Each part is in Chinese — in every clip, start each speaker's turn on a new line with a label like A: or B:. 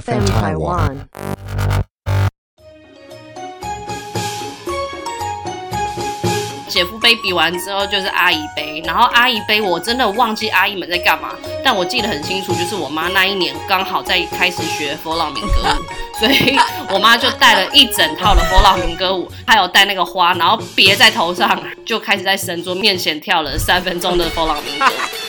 A: FM Taiwan.
B: 姐夫杯比完之后就是阿姨杯，然后阿姨杯我真的忘记阿姨们在干嘛，但我记得很清楚，就是我妈那一年刚好在开始学佛朗明歌舞， 所以我妈就带了一整套的佛朗明歌舞，还有带那个花，然后别在头上，就开始在神桌面前跳了三分钟的佛朗明歌舞。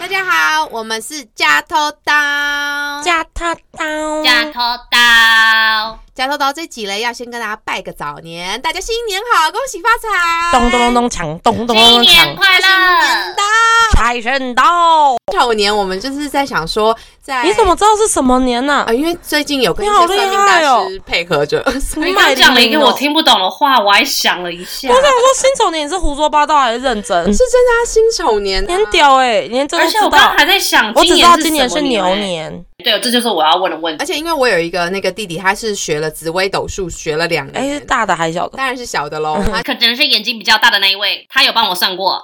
C: 大家好，我们是加头刀。加头刀
B: 加头刀，
C: 加头刀这集嘞，要先跟大家拜个早年，大家新年好，恭喜发财，
A: 咚咚咚咚锵，咚咚咚
B: 新
A: 咚
B: 年
A: 锵，
B: 快乐！
C: 到
A: 财神到！
C: 丑年，我们就是在想说在，
A: 你怎么知道是什么年呢
C: 啊？？因为最近有跟一
A: 你
C: 些
A: 好
C: 算命
A: 厉害
C: 大
A: 哦
C: 师配合 着，所以
B: 你刚刚讲了一个我听不懂的话，我还想了一下
A: 我。想说新丑年你是胡说八道还是认真？
C: 是真的啊，新丑年、啊，
A: 你很屌哎，你连这
B: 而
A: 都
B: 且
A: 知
B: 我刚
A: 道
B: 刚还。在想，
A: 我只知
B: 年
A: 道
B: 是
A: 今年是
B: 什么
A: 牛
B: 欸。
A: 年。
B: 对，这就是我要问的问题
C: 而。且因为我有一个那个弟弟，他是学了紫微斗数，学了两
A: 哎，嗯
C: 年，
A: 是大的还是小的？
C: 当然是小的喽。他
B: 可能是眼睛比较大的那一位，他有帮我算过。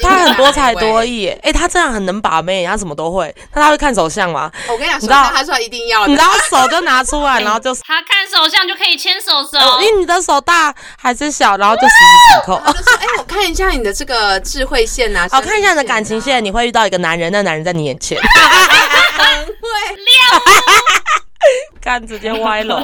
A: 他很多才多艺耶，哎，他这样很能把妹，他什么都会。那他会看手相吗？
C: 我跟你讲，
A: 你
C: 手
A: 知道
C: 上他说一定
B: 哦
C: 要
A: 你
C: 的
A: 知，道手就拿出 来，然后就哦
B: 他看手相就可以牵手手，
A: 因为你的手大还是小，然后就十 指紧扣。
B: 啊
C: 他说：“哎、我看一下你的这个智慧线呐、啊，
A: 好看一下你的感情
B: 啊
A: 线，你会遇到一个男人，那男人在你 眼前，
C: 很会。
A: 看直接歪楼。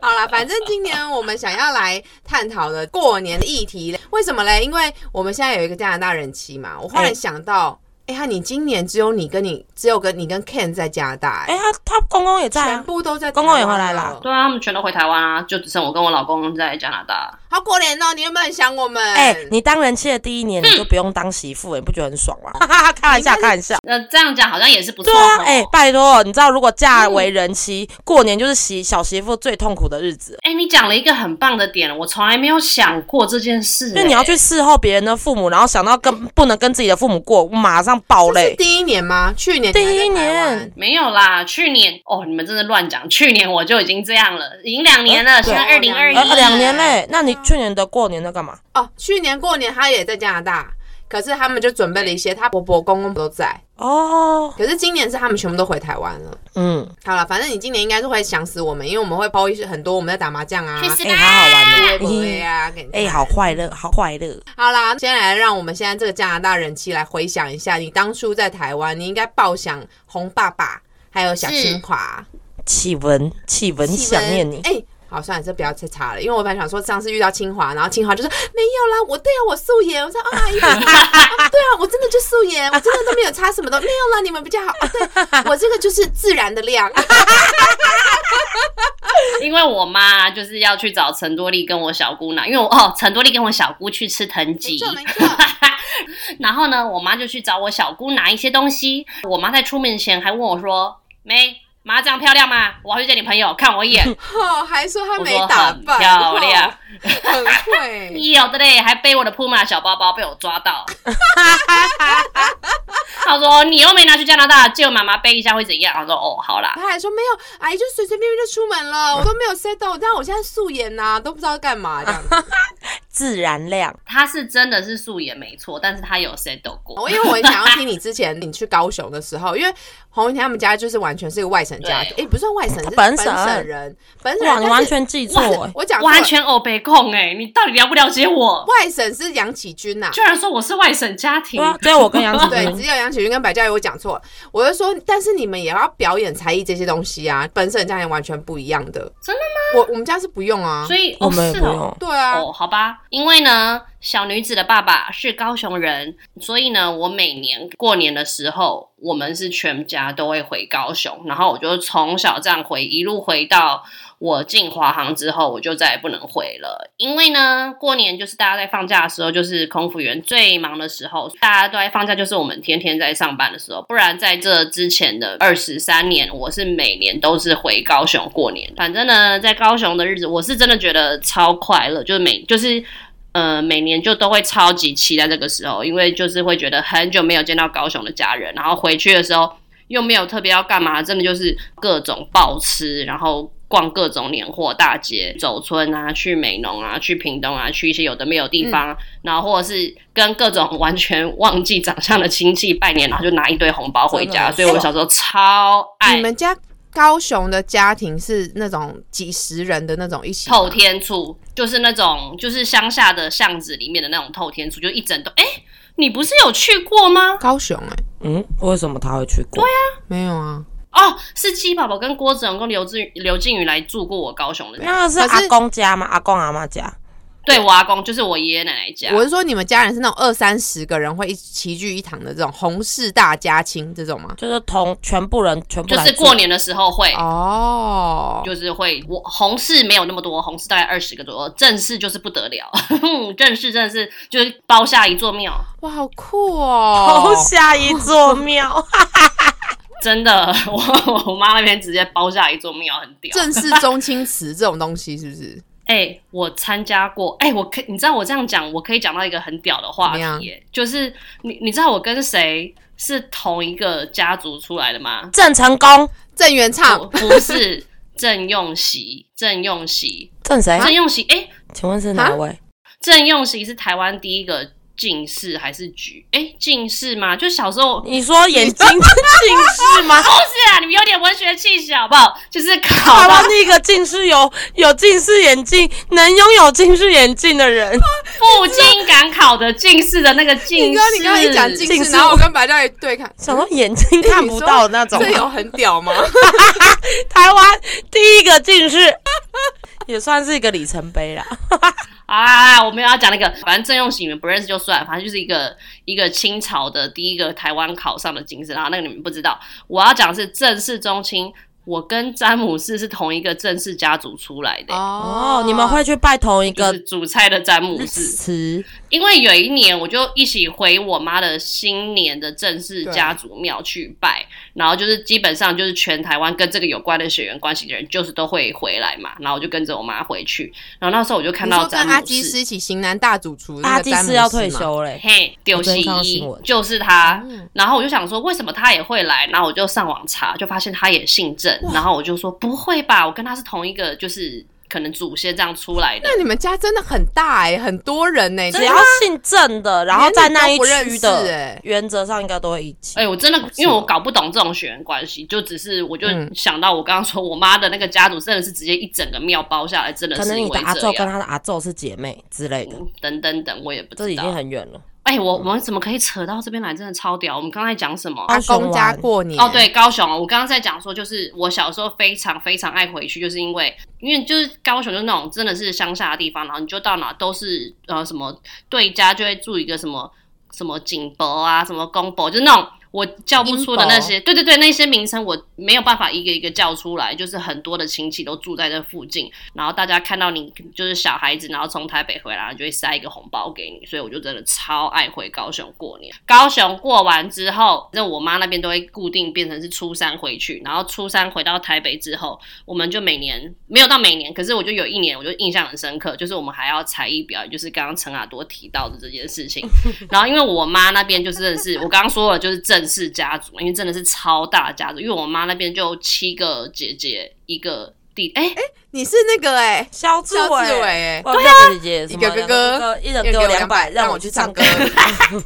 C: 好啦，反正今年我们想要来探讨的过年的议题，为什么嘞？因为我们现在有一个加拿大人妻嘛，我忽然想到，哎、呀、你今年只有你跟你只有跟你跟 Ken 在加拿大、
A: 哎，
C: 哎、
A: 他他公公也在
C: 全
A: 啊，
C: 部都在台湾了，
A: 公公也回来啦
B: 对啊，他们全都回台湾啊，就只剩我跟我老公在加拿大。
C: 好可怜哦！你有没有很想我们？
A: 哎、你当人妻的第一年，你就不用当媳妇了，你不觉得很爽吗？哈哈哈，开玩笑，开玩笑。
B: 那这样讲好像也是不错
A: 对啊
B: 哦。，
A: 哎、拜托，你知道如果嫁为人妻，过年就是媳小媳妇最痛苦的日子，
B: 哎，你讲了一个很棒的点，我从来没有想过这件事。欸
A: 因为你要去伺候别人的父母，然后想到跟不能跟自己的父母过，马上爆
C: 这是
A: 泪。
C: 第一年吗？去年
A: 第一
C: 你还在台湾
A: 年，
B: 没有啦，去年哦，你们真的乱讲。去年我就已经这样了，已经两年了，
A: 对
B: 现在二零二一
A: 呃，两年
B: 了。
A: 嘞，那你去年的过年在干嘛？
C: 哦，去年过年他也在加拿大，可是他们就准备了一些，他伯伯公公都在，
A: 哦，
C: 可是今年是他们全部都回台湾了。
A: 嗯，
C: 好了，反正你今年应该是会想死我们，因为我们会抛一些很多我们在打麻将啊、
A: 哎、好好玩
C: 微博
A: 的，
C: 呀，给你
A: 哎、
C: 看
A: 好快乐，好快乐。
C: 好啦，先来让我们现在这个加拿大人气来回想一下，你当初在台湾，你应该爆想红爸爸，还有小清华，
A: 启文，启文想念你。
C: 哎、好，算了，这不要再查了，因为我本来想说上次遇到清华，然后清华就说没有啦，我对啊，我素颜，我说啊， 阿姨啊对啊，我真的就素颜，我真的都没有擦什么的，没有啦，你们比较好，啊、 对我这个就是自然的亮，
B: 因为我妈就是要去找陈多丽跟我小姑呢，因为我哦，陈多丽跟我小姑去吃藤
C: 没
B: 吉，
C: 错没错，
B: 然后呢，我妈就去找我小姑拿一些东西。我妈在出门前还问我说：“妹，妈这样漂亮吗？我要去见你朋友，看我一 眼。
C: 哦，还说他
B: 我
C: 没
B: 说
C: 打
B: 很
C: 扮，
B: 漂 亮
C: 哦，很会。
B: 有的嘞，还背我的 Puma 小包包被我抓 到。她说：“你又没拿去加拿大，借我妈妈背一下会怎样？”我说：“哦，好啦。
C: 他还说没有，阿姨就随随便便就出门了，我都没有 set 到，但我现在素颜呐、都不知道干嘛这样子。
A: 自然亮，”
B: 她是真的是素颜没错，但是她有 s e t 过。
C: 我因为我很想要听你之前你去高雄的时候，因为洪云婷他们家就是完全是一个外省家庭，哎、不算外省，是
A: 本
C: 本
A: 省
C: 省人，本省人啊
A: 哇，
C: 但
A: 你
C: 是
A: 完全记错、哎
C: 我讲错了
B: 完全欧北控哎，你到底了不了解我？
C: 外省是杨启军呐、
B: 居然说我是外省家庭
A: 对，啊，只有我跟杨子
C: 对，
A: 君
C: 只有杨启军跟白嘉宇，我讲错了。我就说，但是你们也要表演才艺这些东西啊，本省家庭完全不一样的。
B: 真的
C: 吗？我我们家是不用啊。
B: 所以
A: 我
B: 哦
A: 们也
B: 是
A: 不
B: 哦，
A: 用。
C: 对啊，
B: 哦，好吧，因为呢，小女子的爸爸是高雄人，所以呢，我每年过年的时候，我们是全家都会回高雄，然后我就从小这样回，一路回到我进华航之后，我就再也不能回了，因为呢，过年就是大家在放假的时候，就是空服员最忙的时候，大家都在放假，就是我们天天在上班的时候，不然在这之前的二十三年，我是每年都是回高雄过年，反正呢，在高雄的日子，我是真的觉得超快乐，就是每就是。呃，每年就都会超级期待这个时候，因为就是会觉得很久没有见到高雄的家人，然后回去的时候又没有特别要干嘛，真的就是各种暴吃，然后逛各种年货大街、走村啊，去美浓啊，去屏东啊，去一些有的没有地
C: 嗯
B: 方，然后或者是跟各种完全忘记长相的亲戚拜年，然后就拿一堆红包回家。
A: 真的
B: 所以我小时候超爱
C: 你们家高雄的家庭是那种几十人的那种一起吗
B: 透天厝，就是那种就是乡下的巷子里面的那种透天厝，就一整栋。哎、你不是有去过吗？
C: 高雄哎、
A: 嗯，为什么他会去过？对啊，
C: 没有啊，
B: 哦，是鸡宝宝跟郭子龙跟刘志刘靖宇来住过我高雄的家，
A: 那个是
C: 可是
A: 阿公家吗？阿公阿妈家？
B: 对我阿公就是我爷爷奶奶家。
C: 我是说你们家人是那种二三十个人会一起齐聚一堂的这种红氏大家亲这种吗？
A: 就是同全部人全部
B: 就
A: 来
B: 是
A: 住
B: 过年的时候会，
C: 哦，
B: 就是会我红事没有那么多，红事大概二十个左右，正式就是不得了， 正式真的是就是包下一座庙，
C: 哇，好酷哦！
A: 投下一座庙，
B: 真的， 我我妈那边直接包下一座庙，很屌。
C: 正式中青词这种东西是不是？
B: 哎、我参加过，哎、我可你知道我这样讲，我可以讲到一个很屌的话
C: 怎么
B: 题耶，就是你你知道我跟谁是同一个家族出来的吗？
A: 郑成功，
C: 郑元
B: 不
C: 畅
B: 不是郑用锡，郑用 锡，
A: 郑谁？啊
B: 郑用锡，哎、
A: 请问是哪位？
B: 郑用锡是台湾第一个进士还是举？哎、进士吗？就小时候。
A: 你说眼睛近视吗？
B: 不是啊，你们 有点文学气息好不好？就是考
A: 台
B: 到
A: 湾第一个近视有有近视眼镜，能拥有近视眼镜的人，
B: 赴京赶考的进士的那个进士，
C: 你知道你刚刚一讲近
A: 近
C: 视，
A: 视
C: 然后我跟白嘉宇对看，
A: 想说眼睛看不到的那 种。
C: 这有很屌吗？
A: 台湾第一个近视， 也算是一个里程碑啦。
B: 啊，我们要讲那个，反正郑用锡你们不认识就算，反正就是一个一个清朝的第一个台湾考上的进士，然后那个你们不知道，我要讲的是郑氏宗亲，我跟詹姆斯是同一个郑氏家族出来的。
A: 哦，你们会去拜同一
B: 就是
A: 个
B: 主菜的詹姆斯，
A: 词？
B: 因为有一年我就一起回我妈的新年的正式家族庙去拜，然后就是基本上就是全台湾跟这个有关的血缘关系的人，就是都会回来嘛，然后我就跟着我妈回去，然后那时候我就看
C: 哦你
B: 到
C: 说
B: 詹
C: 跟
B: 姆斯
C: 阿基师一起型男大主厨，
A: 阿基
C: 师
A: 斯要退，休嘞，
B: 嘿，丢
A: 昨
B: 西
A: 天看到
B: 医
A: 新闻
B: 就是他
C: 嗯。
B: 然后我就想说，为什么他也会来？然后我就上网查，就发现他也姓郑。然后我就说，不会吧，我跟他是同一个，就是可能祖先这样出来的
C: 那。你们家真的很大哎、很多人呢、
A: 只要姓郑的，然后在那一区
C: 连你都不认识
A: 的
C: 欸，
A: 原则上应该都会一起
B: 哎、。我真的，
A: 哦
B: 因为我搞不懂这种血缘关系，就只是我就
C: 嗯
B: 想到我刚刚说，我妈的那个家族真的是直接一整个庙包下来，真的
A: 可
B: 是
A: 能
B: 因
A: 你
B: 为
A: 的阿
B: 这
A: 昼跟
B: 样。嗯
A: 他的阿昼是姐妹之类的，
B: 等等等，我也不
A: 这
B: 知
A: 已
B: 道
A: 经。很嗯远了。
B: 哎、我我们怎么可以扯到这边来？真的超屌！我们刚才讲什么？
A: 啊
C: 阿公家过年
B: 哦，，对，高雄，我刚刚在讲说，就是我小时候非常非常爱回去，就是因为因为就是高雄就是那种真的是乡下的地方，然后你就到哪都是呃什么对家就会住一个什么什么景博啊，什么公博，就是那种我叫不出的那些，对对对，那些名称我没有办法一个一个叫出来，就是很多的亲戚都住在这附近，然后大家看到你就是小孩子，然后从台北回来，然后就会塞一个红包给你，所以我就真的超爱回高雄过年。高雄过完之后，那我妈那边都会固定变成是初三回去，然后初三回到台北之后，我们就每年没有到每年，可是我就有一年我就印象很深刻，就是我们还要才艺表演，就是刚刚陈阿多提到的这件事情。 然后因为我妈那边就真的是我刚刚说了，就是正式家族，因为真的是超大家族，因为我妈那边就七个姐姐一个弟，哎、
C: 你是那个哎、
A: 肖志
C: 肖志伟
A: 伟，
C: 哎、
A: 我有六个姐姐，什
C: 一
A: 么
C: 个哥
A: 两
C: 哥
A: 哥，一人给我两百，
C: 让
A: 让
C: 我
A: 我
C: 去
A: 去
C: 唱
A: 唱
C: 歌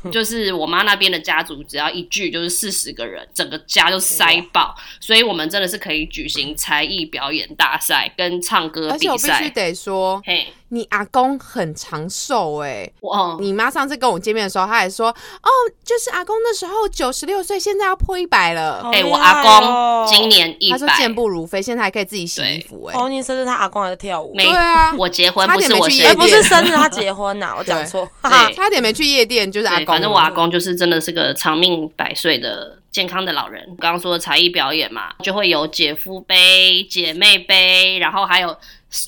A: 歌。
B: 就是我妈那边的家族，只要一聚就是四十个人，整个家就塞爆，所以我们真的是可以举行才艺表演大赛跟唱歌
C: 而且
B: 比
C: 我必须
B: 赛。
C: 得说，
B: 嘿，
C: 你阿公很长寿哎、
B: 我哦
C: 你妈上次跟我见面的时候，她还说，哦，就是阿公那时候九十六岁，现在要破一百了。
A: 好
B: 哎、
A: 厉
B: 我阿
A: 害
B: 公
A: 哦
B: 今年一
C: 她说
B: 百
C: 健，步如飞，现在还可以自己洗衣服哎、
A: 黄金哦生日，他阿公还在跳舞，
B: 没、
C: 对啊
B: 我结婚
C: 差
B: 不
C: 点
B: 是
C: 没
B: 我
C: 去
B: 生
C: 呃夜
A: 哎，
B: 日
A: 不是生日，他结婚呐，我讲错。哈哈
B: 对
C: 差点没去夜店，就是阿
B: 对，
C: 公。
B: 反正我阿公就是真的是个长命百岁的健康的老人。刚刚说的才艺表演嘛，就会有姐夫杯、姐妹杯，然后还有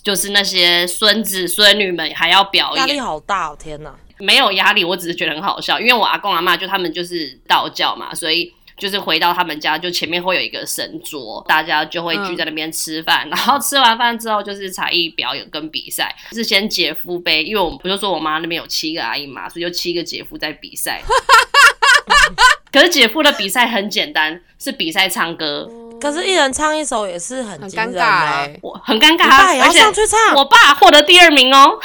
B: 就是那些孙子孙女们还要表
A: 压
B: 演
A: 力。好大哦，天
C: 嗯
A: 哪！
B: 没有压力，我只是觉得很好笑，因为我阿公阿妈就他们就是道教嘛，所以。就是回到他们家，就前面会有一个神桌，大家就会
A: 嗯
B: 聚在那边吃饭，然后吃完饭之后就是才艺表演跟比赛，是先姐夫杯，因为我不就说我妈那边有七个阿姨嘛，所以就七个姐夫在比 赛。可是姐夫的比赛很简单，是比赛唱歌，
A: 可是，一人唱一首也是很
C: 很
A: 惊
C: 尴
A: 人
C: 尬
A: 啊
C: 哎、
B: 我很尴
A: 你
B: 尬
A: 爸
B: 啊，
A: 也
B: 而
A: 要
B: 且
A: 上去唱，
B: 我爸获得第二名哦。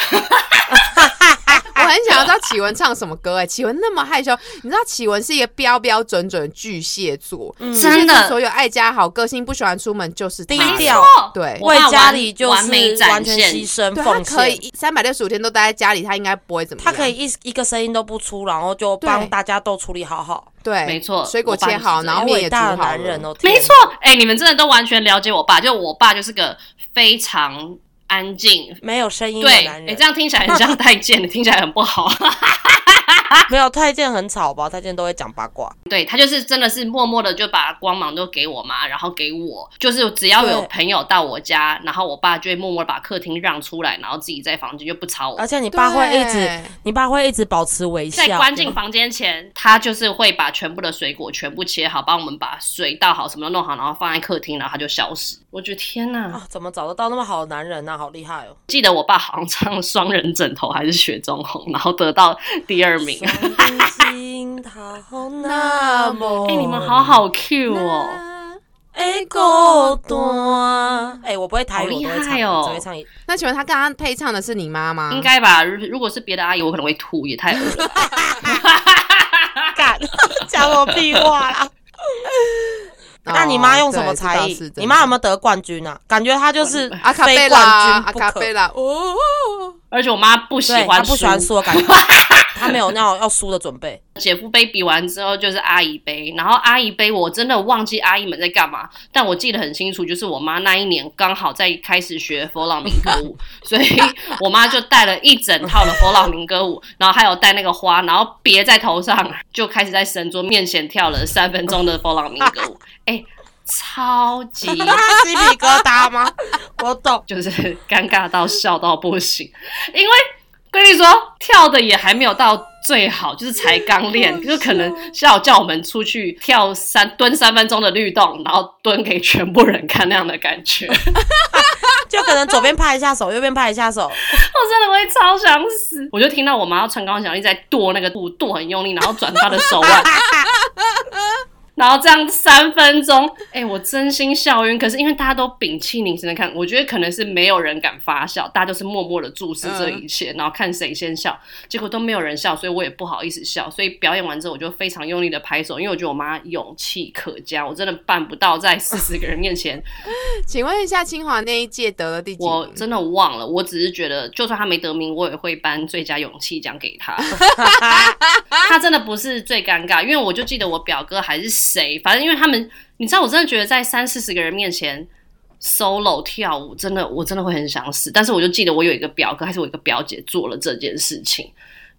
C: 我很想要知道启文唱什么歌哎、启文那么害羞，你知道启文是一个标标准准的巨蟹座，
B: 真的
C: 巨蟹座所有爱家好、个性不喜欢出门就是他
A: 嗯低
B: 没
A: 调
B: 错
C: 对
B: 哦我
A: 为
B: 爸
A: 家
B: 完
A: 里就
B: 完美
A: 是
B: 展
A: 完全
B: 现
A: 牺牲
C: 对，他
A: 奉
C: 可
A: 献。
C: 以三百六十五天都待在家里，他应该不会怎么
A: 他
C: 样。
A: 可以一一个声音都不出，然后就
C: 对
A: 帮大家都处理好好，
C: 对，
B: 没错
C: 水果
B: 我爸
C: 切
B: 就是
C: 好，
B: 这样
C: 然后
A: 好
C: 面
A: 伟
C: 也煮
A: 大的
C: 好
A: 男
C: 了
A: 人。哦，天
B: 没错，哎、你们真的都完全了解我爸，就我爸就是个非常安静。
A: 没有声音的
B: 对，
A: 男
B: 哎、
A: 人
B: 这，样听起来很像太监， 听起来很不好。啊
A: 没有太监很吵吧？太监都会讲八卦，
B: 对他就是真的是默默的就把光芒都给我妈，然后给我，就是只要有
A: 对
B: 朋友到我家，然后我爸就会默默地把客厅让出来，然后自己在房间就不吵我
A: 而。且你爸会一直
C: 对，
A: 你爸会一直保持微啊笑，
B: 在关进房间前，他就是会把全部的水果全部切好，帮我们把水倒好，什么都弄好，然后放在客厅，然后他就消失。我觉得天哪！
A: 啊，怎么找得到那么好的男人呢、啊？好厉害哦！
B: 记得我爸好像唱双人枕头还是雪中红，然后得到第二 名。
A: 双金桃那么，
B: 哎、你们好好 Q 哦！
A: 哎，够多，哎，我不会台语，
B: 好
A: 我
B: 厉
A: 都
B: 害
A: 会唱，
B: 哦
A: 我只会唱一。
C: 那请问他刚刚配唱的是你妈哦吗？
B: 应该吧？如如果是别的阿姨，我可能会吐，也太恶了。
A: 敢 讲我屁话啦！
C: 哦。
A: 那你妈用什么
C: 对
A: 才
C: 这倒是
A: 艺
C: 真？的
A: 你妈有没有得冠军啊？感觉她就是
C: 阿卡贝
A: 非
C: 拉，
A: 冠
C: 阿
A: 军不
C: 卡
A: 可
C: 贝，拉，哦，
B: 而且我妈不喜
A: 对她
B: 欢
A: 不喜欢输 的感觉，她没有那种要输的准备。
B: 姐夫杯比完之后就是阿姨杯，然后阿姨杯我真的忘记阿姨们在干嘛，但我记得很清楚，就是我妈那一年刚好在开始学佛朗明歌舞，所以我妈就带了一整套的佛朗明歌舞，然后还有带那个花，然后别在头上，就开始在神桌面前跳了三分钟的佛朗明歌舞，哎、超级
A: 鸡皮疙瘩吗？我懂，
B: 就是 尴尬到笑到不行，因为跟你说跳的也还没有到最好，就是才刚练，就可能叫叫我们出去跳三蹲三分钟的律动，然后蹲给全部人看那样的感觉，我
A: 就可能左边拍一下手，右边拍一下手，
C: 啊
B: 真的会超想死。我就听到我妈要穿高跟鞋，一直在跺那个步，跺很用力，然后转她的手腕。然后这样三分钟，哎、我真心笑晕。可是因为大家都屏气凝神的看，我觉得可能是没有人敢发笑，大家都是默默的注视这一切，然后看谁先笑。结果都没有人笑，所以我也不好意思笑。所以表演完之后，我就非常用力的拍手，因为我觉得我妈勇气可嘉，我真的办不到在四十个人面前。
C: 请问一下，清华那一届得了第几
B: 我
C: 名？
B: 真的忘了，我只是觉得，就算她没得名，我也会颁最佳勇气奖给 她。他真的不是最尴尬，因为我就记得我表哥还是谁，反正因为他们，你知道，我真的觉得在三四十个人面前 solo 跳舞，真的我真的会很想死。但是我就记得我有一个表哥还是我一个表姐做了这件事情，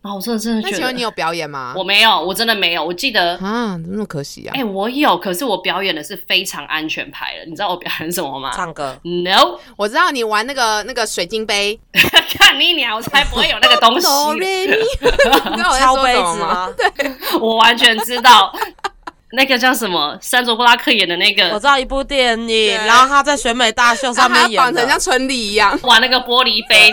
B: 然后我真的真的
C: 那
B: 觉
C: 请问你
B: 得
C: 有表演吗？
B: 我没有，我真的没有。我记得，
C: 啊，怎么那么可惜啊
B: 哎、！我有，可是我表演的是非常安全牌的，你知道我表演什么吗
A: 唱歌。
B: ？No，
C: 我知道你玩那个那个水 晶杯，
B: 看你鸟，我才不会有那个东西
C: 哆
B: 嘞，
C: 瑞咪， 你知道我在
A: 敲
C: 说
A: 杯
C: 什么
A: 子
C: 吗？
A: 吗？
B: 我完全知道。那个叫什么？山卓布拉克演的那个，
A: 我知道一部电影，
C: 对
A: 然后他在选美大秀
C: 然后
A: 上
C: 还
A: 面
C: 要绑
A: 演
C: 成
A: 的
C: 像。春丽一样，
B: 玩那个玻璃杯，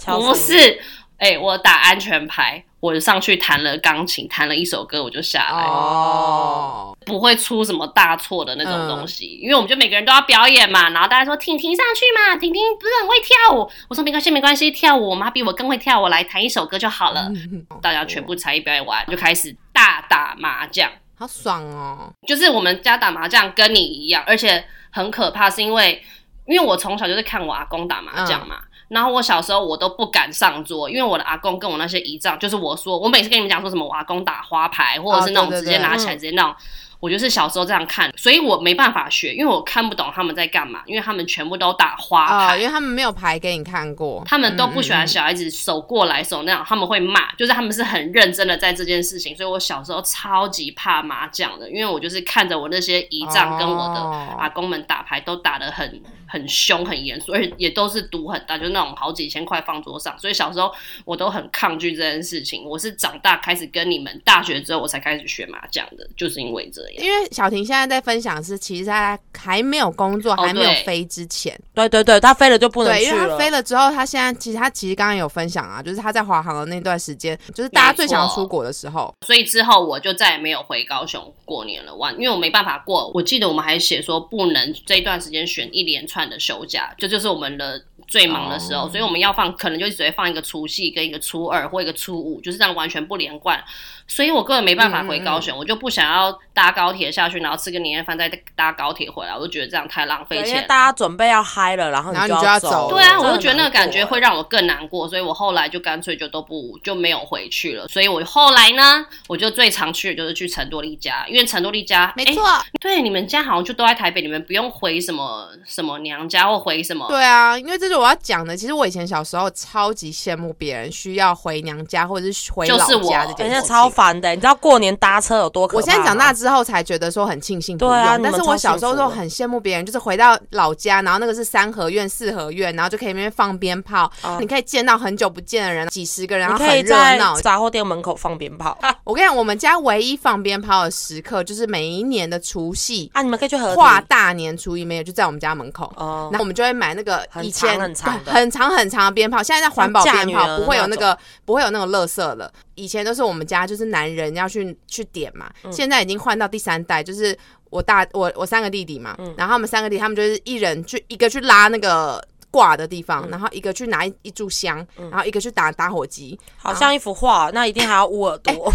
A: 敲
B: 不
A: 什么，
B: 是。哎、我打安全牌，我上去弹了钢琴，弹了一首歌，我就下来，
C: 哦，
B: 不会出什么大错的那种东西，
A: 嗯
B: 因为我们就每个人都要表演嘛。然后大家说婷婷上去嘛，婷婷不是很会跳舞，我说没关系没关系，跳舞我妈比我更会跳，我来弹一首歌就好
A: 嗯
B: 了。大家全部才艺表演完，就开始大打麻将。
C: 好爽哦！
B: 就是我们家打麻将跟你一样，而且很可怕，是因为因为我从小就是看我阿公打麻将嘛。然后我小时候我都不敢上桌，因为我的阿公跟我那些姨丈，就是我说我每次跟你们讲说什么我阿公打花牌，或者是那
C: 哦
B: 种
C: 对对
B: 直接拿
A: 对
B: 起来直接那种，我就是小时候这样看，所以我没办法学，因为我看不懂他们在干嘛，因为他们全部都打花
C: 啊，
B: 牌，
C: 因为他们没有牌给你看过，
B: 他们都不
C: 嗯
B: 喜欢小孩子手过来手那样，他们会骂，就是他们是很认真的在这件事情。所以我小时候超级怕麻将的，因为我就是看着我那些姨丈跟我的
C: 哦
B: 阿公们打牌都打得很很凶、很严肃，而且也都是赌很大，就是那种好几千块放桌上。所以小时候我都很抗拒这件事情。我是长大开始跟你们大学之后，我才开始学麻将的，就是因为这这样。
C: 因为小婷现在在分享是，其实她还没有工作，
B: 哦
C: 还没有
B: 对
C: 飞之前，
A: 对对对，他飞了就不能
C: 对，
A: 去
C: 因为她
A: 了。
C: 飞了之后，她现在其实她其实刚刚有分享啊，就是她在华航的那段时间，就是大家最想要出国的时候，
B: 所以之后我就再也没有回高雄过年了，完，因为我没办法过。我记得我们还写说不能这段时间选一连串的休假，这就是我们的最忙的时候，所以我们要放，可能就只会放一个除夕跟一个初二或一个初五，就是这样完全不连贯。所以我根本没办法回高雄，我就不想要搭高铁下去，然后吃个年夜饭再搭高铁回来，我就觉得这样太浪费
A: 对，因
B: 钱
A: 为
B: 了。
A: 大家准备要嗨了，然后
C: 然后
A: 就
C: 你就要
A: 走
C: 走
A: 了。
B: 对啊，
A: 哦真
B: 我
A: 的
B: 就觉得那个
A: 难
B: 感觉
A: 过
B: 会让我更难过，所以我后来就干脆就都不就没有回去了。所以我后来呢，我就最常去的就是去陈多利家，因为陈多利家，
C: 没
B: 诶
C: 错，
B: 对，你们家好像就都在台北，你们不用回什么什么娘家或回什么。
C: 对啊，因为这是我要讲的。其实我以前小时候超级羡慕别人需要回娘家或者是回
B: 就
C: 老
B: 是我
C: 家这
A: 哎
C: 件
A: 人
C: 事
A: 家
C: 情。
A: 超烦的，你知道过年搭车有多可怕
C: 我
A: 吗？
C: 现在长大之后才觉得说很庆幸不用，
A: 对啊你
C: 但
A: 们
C: 是我
A: 超
C: 小
A: 幸
C: 时候
A: 福
C: 就
A: 的
C: 很羡慕别人，就是回到老家，然后那个是三合院、四合院，然后就可以在那边放鞭炮，
A: 啊
C: 你可以见到很久不见的人，几十个人，然
A: 你
C: 后
A: 可
C: 很
A: 以
C: 热
A: 在
C: 闹。
A: 杂货店门口放 鞭炮啊！
C: 我跟你讲，我们家唯一放鞭炮的时刻就是每一年的除夕，
A: 你们可以去合体
C: 跨大年初一没有，就在我们家门口。
A: 哦
C: 然后我们就会买那个
A: 很
C: 以前
A: 长很长的
C: 很长很长的鞭炮，现在在环保
A: 像嫁
C: 鞭
A: 女儿
C: 炮
A: 的
C: 不会有
A: 那
C: 那个不会有那种垃圾了。以前都是我们家就是男人要去去点嘛，
A: 嗯
C: 现在已经换到第三代，就是我大我我三个弟弟嘛，
A: 嗯
C: 然后他们三个弟他们就是一人去一个去拉那个。挂的地
A: 嗯
C: 方，然后一个去拿一一炷香，然后一个去打打火机。啊
A: 好像一幅画，那一定还要捂耳
C: 哎
A: 朵。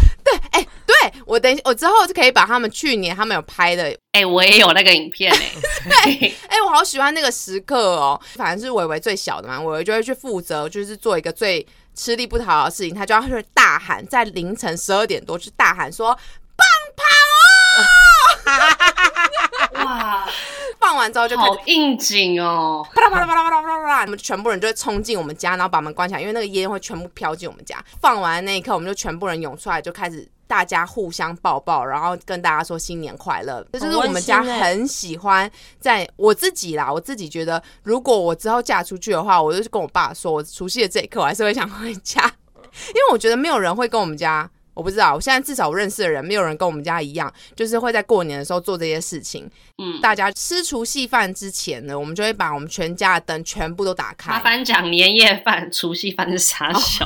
C: 对我等一我之后就可以把他们去年他们有拍的
B: 哎、我也有那个影片哎、欸，
C: 哎、我好喜欢那个时刻哦。反正是伟伟最小的嘛，伟伟就会去负责，就是做一个最吃力不讨好的事情，他就要去大喊，在凌晨十二点多去大喊说。
B: 哇，
C: 放完之后就开始
B: 好应景哦。
C: 啪啦啪啦啪啦啪啦啪啦啪啦，我们全部人就会冲进我们家，然后把门关起来，因为那个烟会全部飘进我们家。放完那一刻，我们就全部人涌出来，就开始大家互相抱抱，然后跟大家说新年快乐。这就是我们家
A: 很温馨欸
C: 很喜欢在我自己啦，我自己觉得，如果我之后嫁出去的话，我就跟我爸说，我除夕的这一刻，我还是会想回家， 因为我觉得没有人会跟我们家。我不知道，我现在至少我认识的人，没有人跟我们家一样，就是会在过年的时候做这些事情。
B: 嗯，
C: 大家吃除夕饭之前呢，我们就会把我们全家的灯全部都打
B: 麻
C: 开。
B: 烦讲年夜饭、除夕饭是啥小？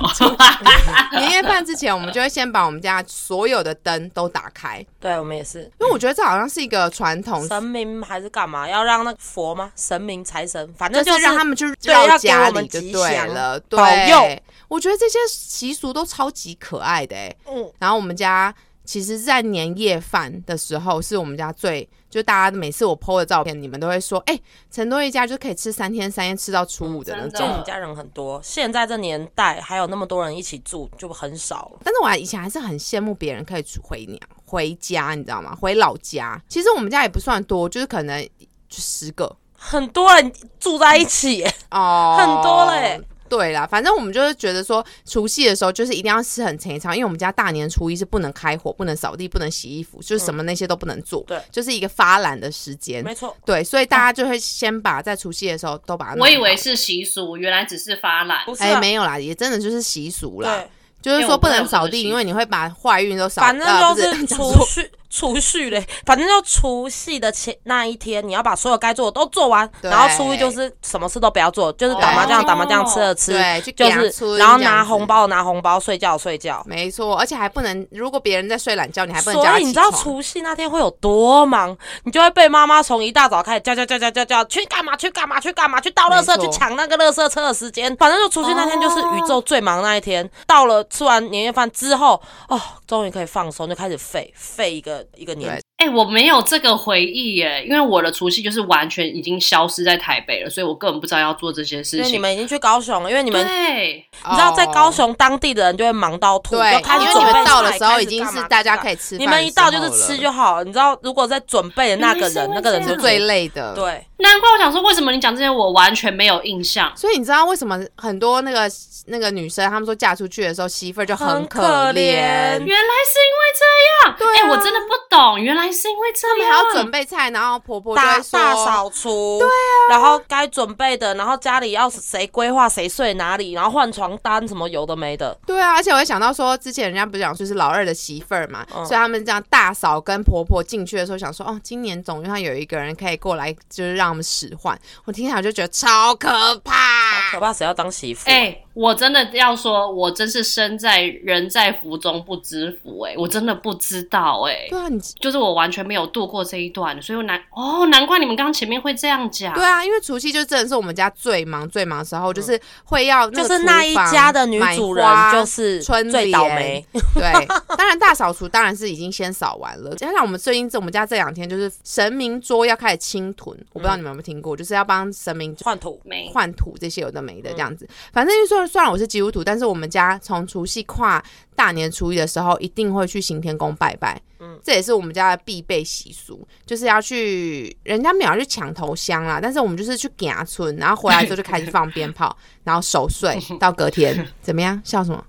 C: 年夜饭之前，我们就会先把我们家所有的灯都打开，
A: 对，我们也是。
C: 因为我觉得这好像是一个传统，
A: 神明还是干嘛？要让那个佛吗？神明、财神，反正
C: 就是
A: 是
C: 让他们去
A: 对
C: 绕
A: 要给
C: 家
A: 我
C: 里
A: 们
C: 就
A: 吉
C: 对
A: 祥
C: 了。
A: 保佑
C: 对，我觉得这些习俗都超级可爱的、欸。
A: 嗯，
C: 然后我们家其实，在年夜饭的时候，是我们家最就大家每次我 PO 的照片，你们都会说，哎、陈多一家就可以吃三天三夜，吃到初五的
B: 嗯
C: 那
B: 真的
C: 种。
A: 我们家人很多，现在这年代还有那么多人一起住，就很少了。
C: 但是我还以前还是很羡慕别人可以出回娘回家，你知道吗？回老家。其实我们家也不算多，就是可能就十个
A: 很多人住在一起耶，
C: 哦，
A: 很多嘞。
C: 对啦，反正我们就是觉得说，除夕的时候就是一定要吃很前一餐，因为我们家大年初一是不能开火、不能扫地、不能洗衣服，就是什么那些都不能做，
A: 对
C: 就是一个发懒的时间。
A: 没错。
C: 对，所以大家就会先把在除夕的时候都把它弄
B: 我以为
C: 好
A: 啊
B: 是习俗，原来只是发懒。
A: 不是啊、
C: 哎、没有啦，也真的就是习俗啦
A: 对，，
C: 就是
B: 因为
C: 说
B: 我不
C: 不
B: 知道有
C: 能
B: 这个
C: 扫
B: 习
C: 地，
B: 俗
C: 因为你会把坏运都扫，
A: 反正
C: 呃
A: 就
C: 不是
A: 是
C: 讲错
A: 储蓄储蓄嘞，反正就除夕的前那一天，你要把所有该做的都做完，
C: 对
A: 然后初一就是什么事都不要做，就是打
B: 哦
A: 麻将打麻将，吃了吃，
C: 对，去
A: 就
C: 夹
A: 是
C: 村
A: 然后
C: 这样
A: 拿
C: 子
A: 红。包拿红包，睡觉睡觉。
C: 没错，而且还不能，如果别人在睡懒觉，你还不能叫
A: 所
C: 他
A: 以
C: 起
A: 你知道
C: 床
A: 除夕那天会有多忙，你就会被妈妈从一大早开始叫叫叫叫叫叫，去干嘛去干嘛去干嘛去倒
C: 没
A: 垃圾
C: 错
A: 去抢那个垃圾车的时间。反正就除夕那天就是
B: 哦
A: 宇宙最忙那一天。到了吃完年夜饭之后，哦，终于可以放松，就开始废废一个一个年
C: 对。
B: 哎、我没有这个回忆耶，因为我的除夕就是完全已经消失在台北了，所以我根本不知道要做这些事
A: 因为
B: 情。
A: 你们已经去高雄了，因为你们
B: 对，
A: 你知道在高
C: 哦
A: 雄当地的人就会忙到吐，
C: 对，
A: 就开始
C: 因为
A: 准
C: 你
A: 备
C: 们到的
A: 菜
C: 时候
A: 开
C: 已
A: 始
C: 经
A: 干
C: 是
A: 嘛
C: 大家
A: 干嘛
C: 可以吃饭的时候了，
A: 你们一到就是吃就好。你知道，如果在准备的那个
B: 原来是因
A: 人
B: 为，
A: 那个人
B: 这
A: 就
B: 样
A: 最
C: 最累的。，
A: 对。
B: 难怪我想说，为什么你讲这些我完全没有印象？
C: 所以你知道为什么很多那个那个女生，她们说嫁出去的时候媳妇儿就
A: 很
C: 可
A: 可
C: 怜，
A: 怜
B: 原来是因为这样，
C: 对啊
B: 哎我真的不懂，原来是因为这
C: 他
B: 样，
C: 们还要准备菜，然后婆婆就
A: 大
C: 会说
A: 大扫除，对啊，然后该准备的，然后家里要谁规划谁睡哪里，然后换床单什么有的没的，
C: 对啊，而且我会想到说，之前人家不是讲就是老二的媳妇儿嘛，
A: 嗯
C: 所以他们这样大嫂跟婆婆进去的时候，想说哦，今年总算有一个人可以过来，就是让我们使唤。我听起来就觉得超可怕，
A: 可怕，谁要当媳妇？
B: 哎、我真的要说，我真是身在人在福中不知福、哎，我真的不知道、哎，
C: 对啊，你
B: 就是我完全没有度过这一段，所以我难哦，难怪你们刚刚前面会这样讲，
C: 对啊，因为除夕就真的是我们家最忙最忙的时候，就是会要
A: 嗯就
C: 个
A: 是那一
C: 厨房
A: 家的女
C: 买
A: 主人
C: 花
A: 就是
C: 春
A: 最倒
C: 联
A: 霉。
C: 对，当然大扫除当然是已经先扫完了，加上我们最近这我们家这两天就是神明桌要开始清屯，我不知
A: 嗯
C: 道你们有没有听过，就是要帮神明
A: 换 土，
B: 没
C: 换土这些有的没的这样子。反正就是说，虽然我是基督徒，但是我们家从除夕跨大年初一的时候，一定会去行天宫拜拜。嗯，这也是我们家的必备习俗，就是要去人家没有要去抢头香啦，但是我们就是去给村，然后回来之后就开始放鞭炮， 然后守岁到隔天，怎么样？笑什么？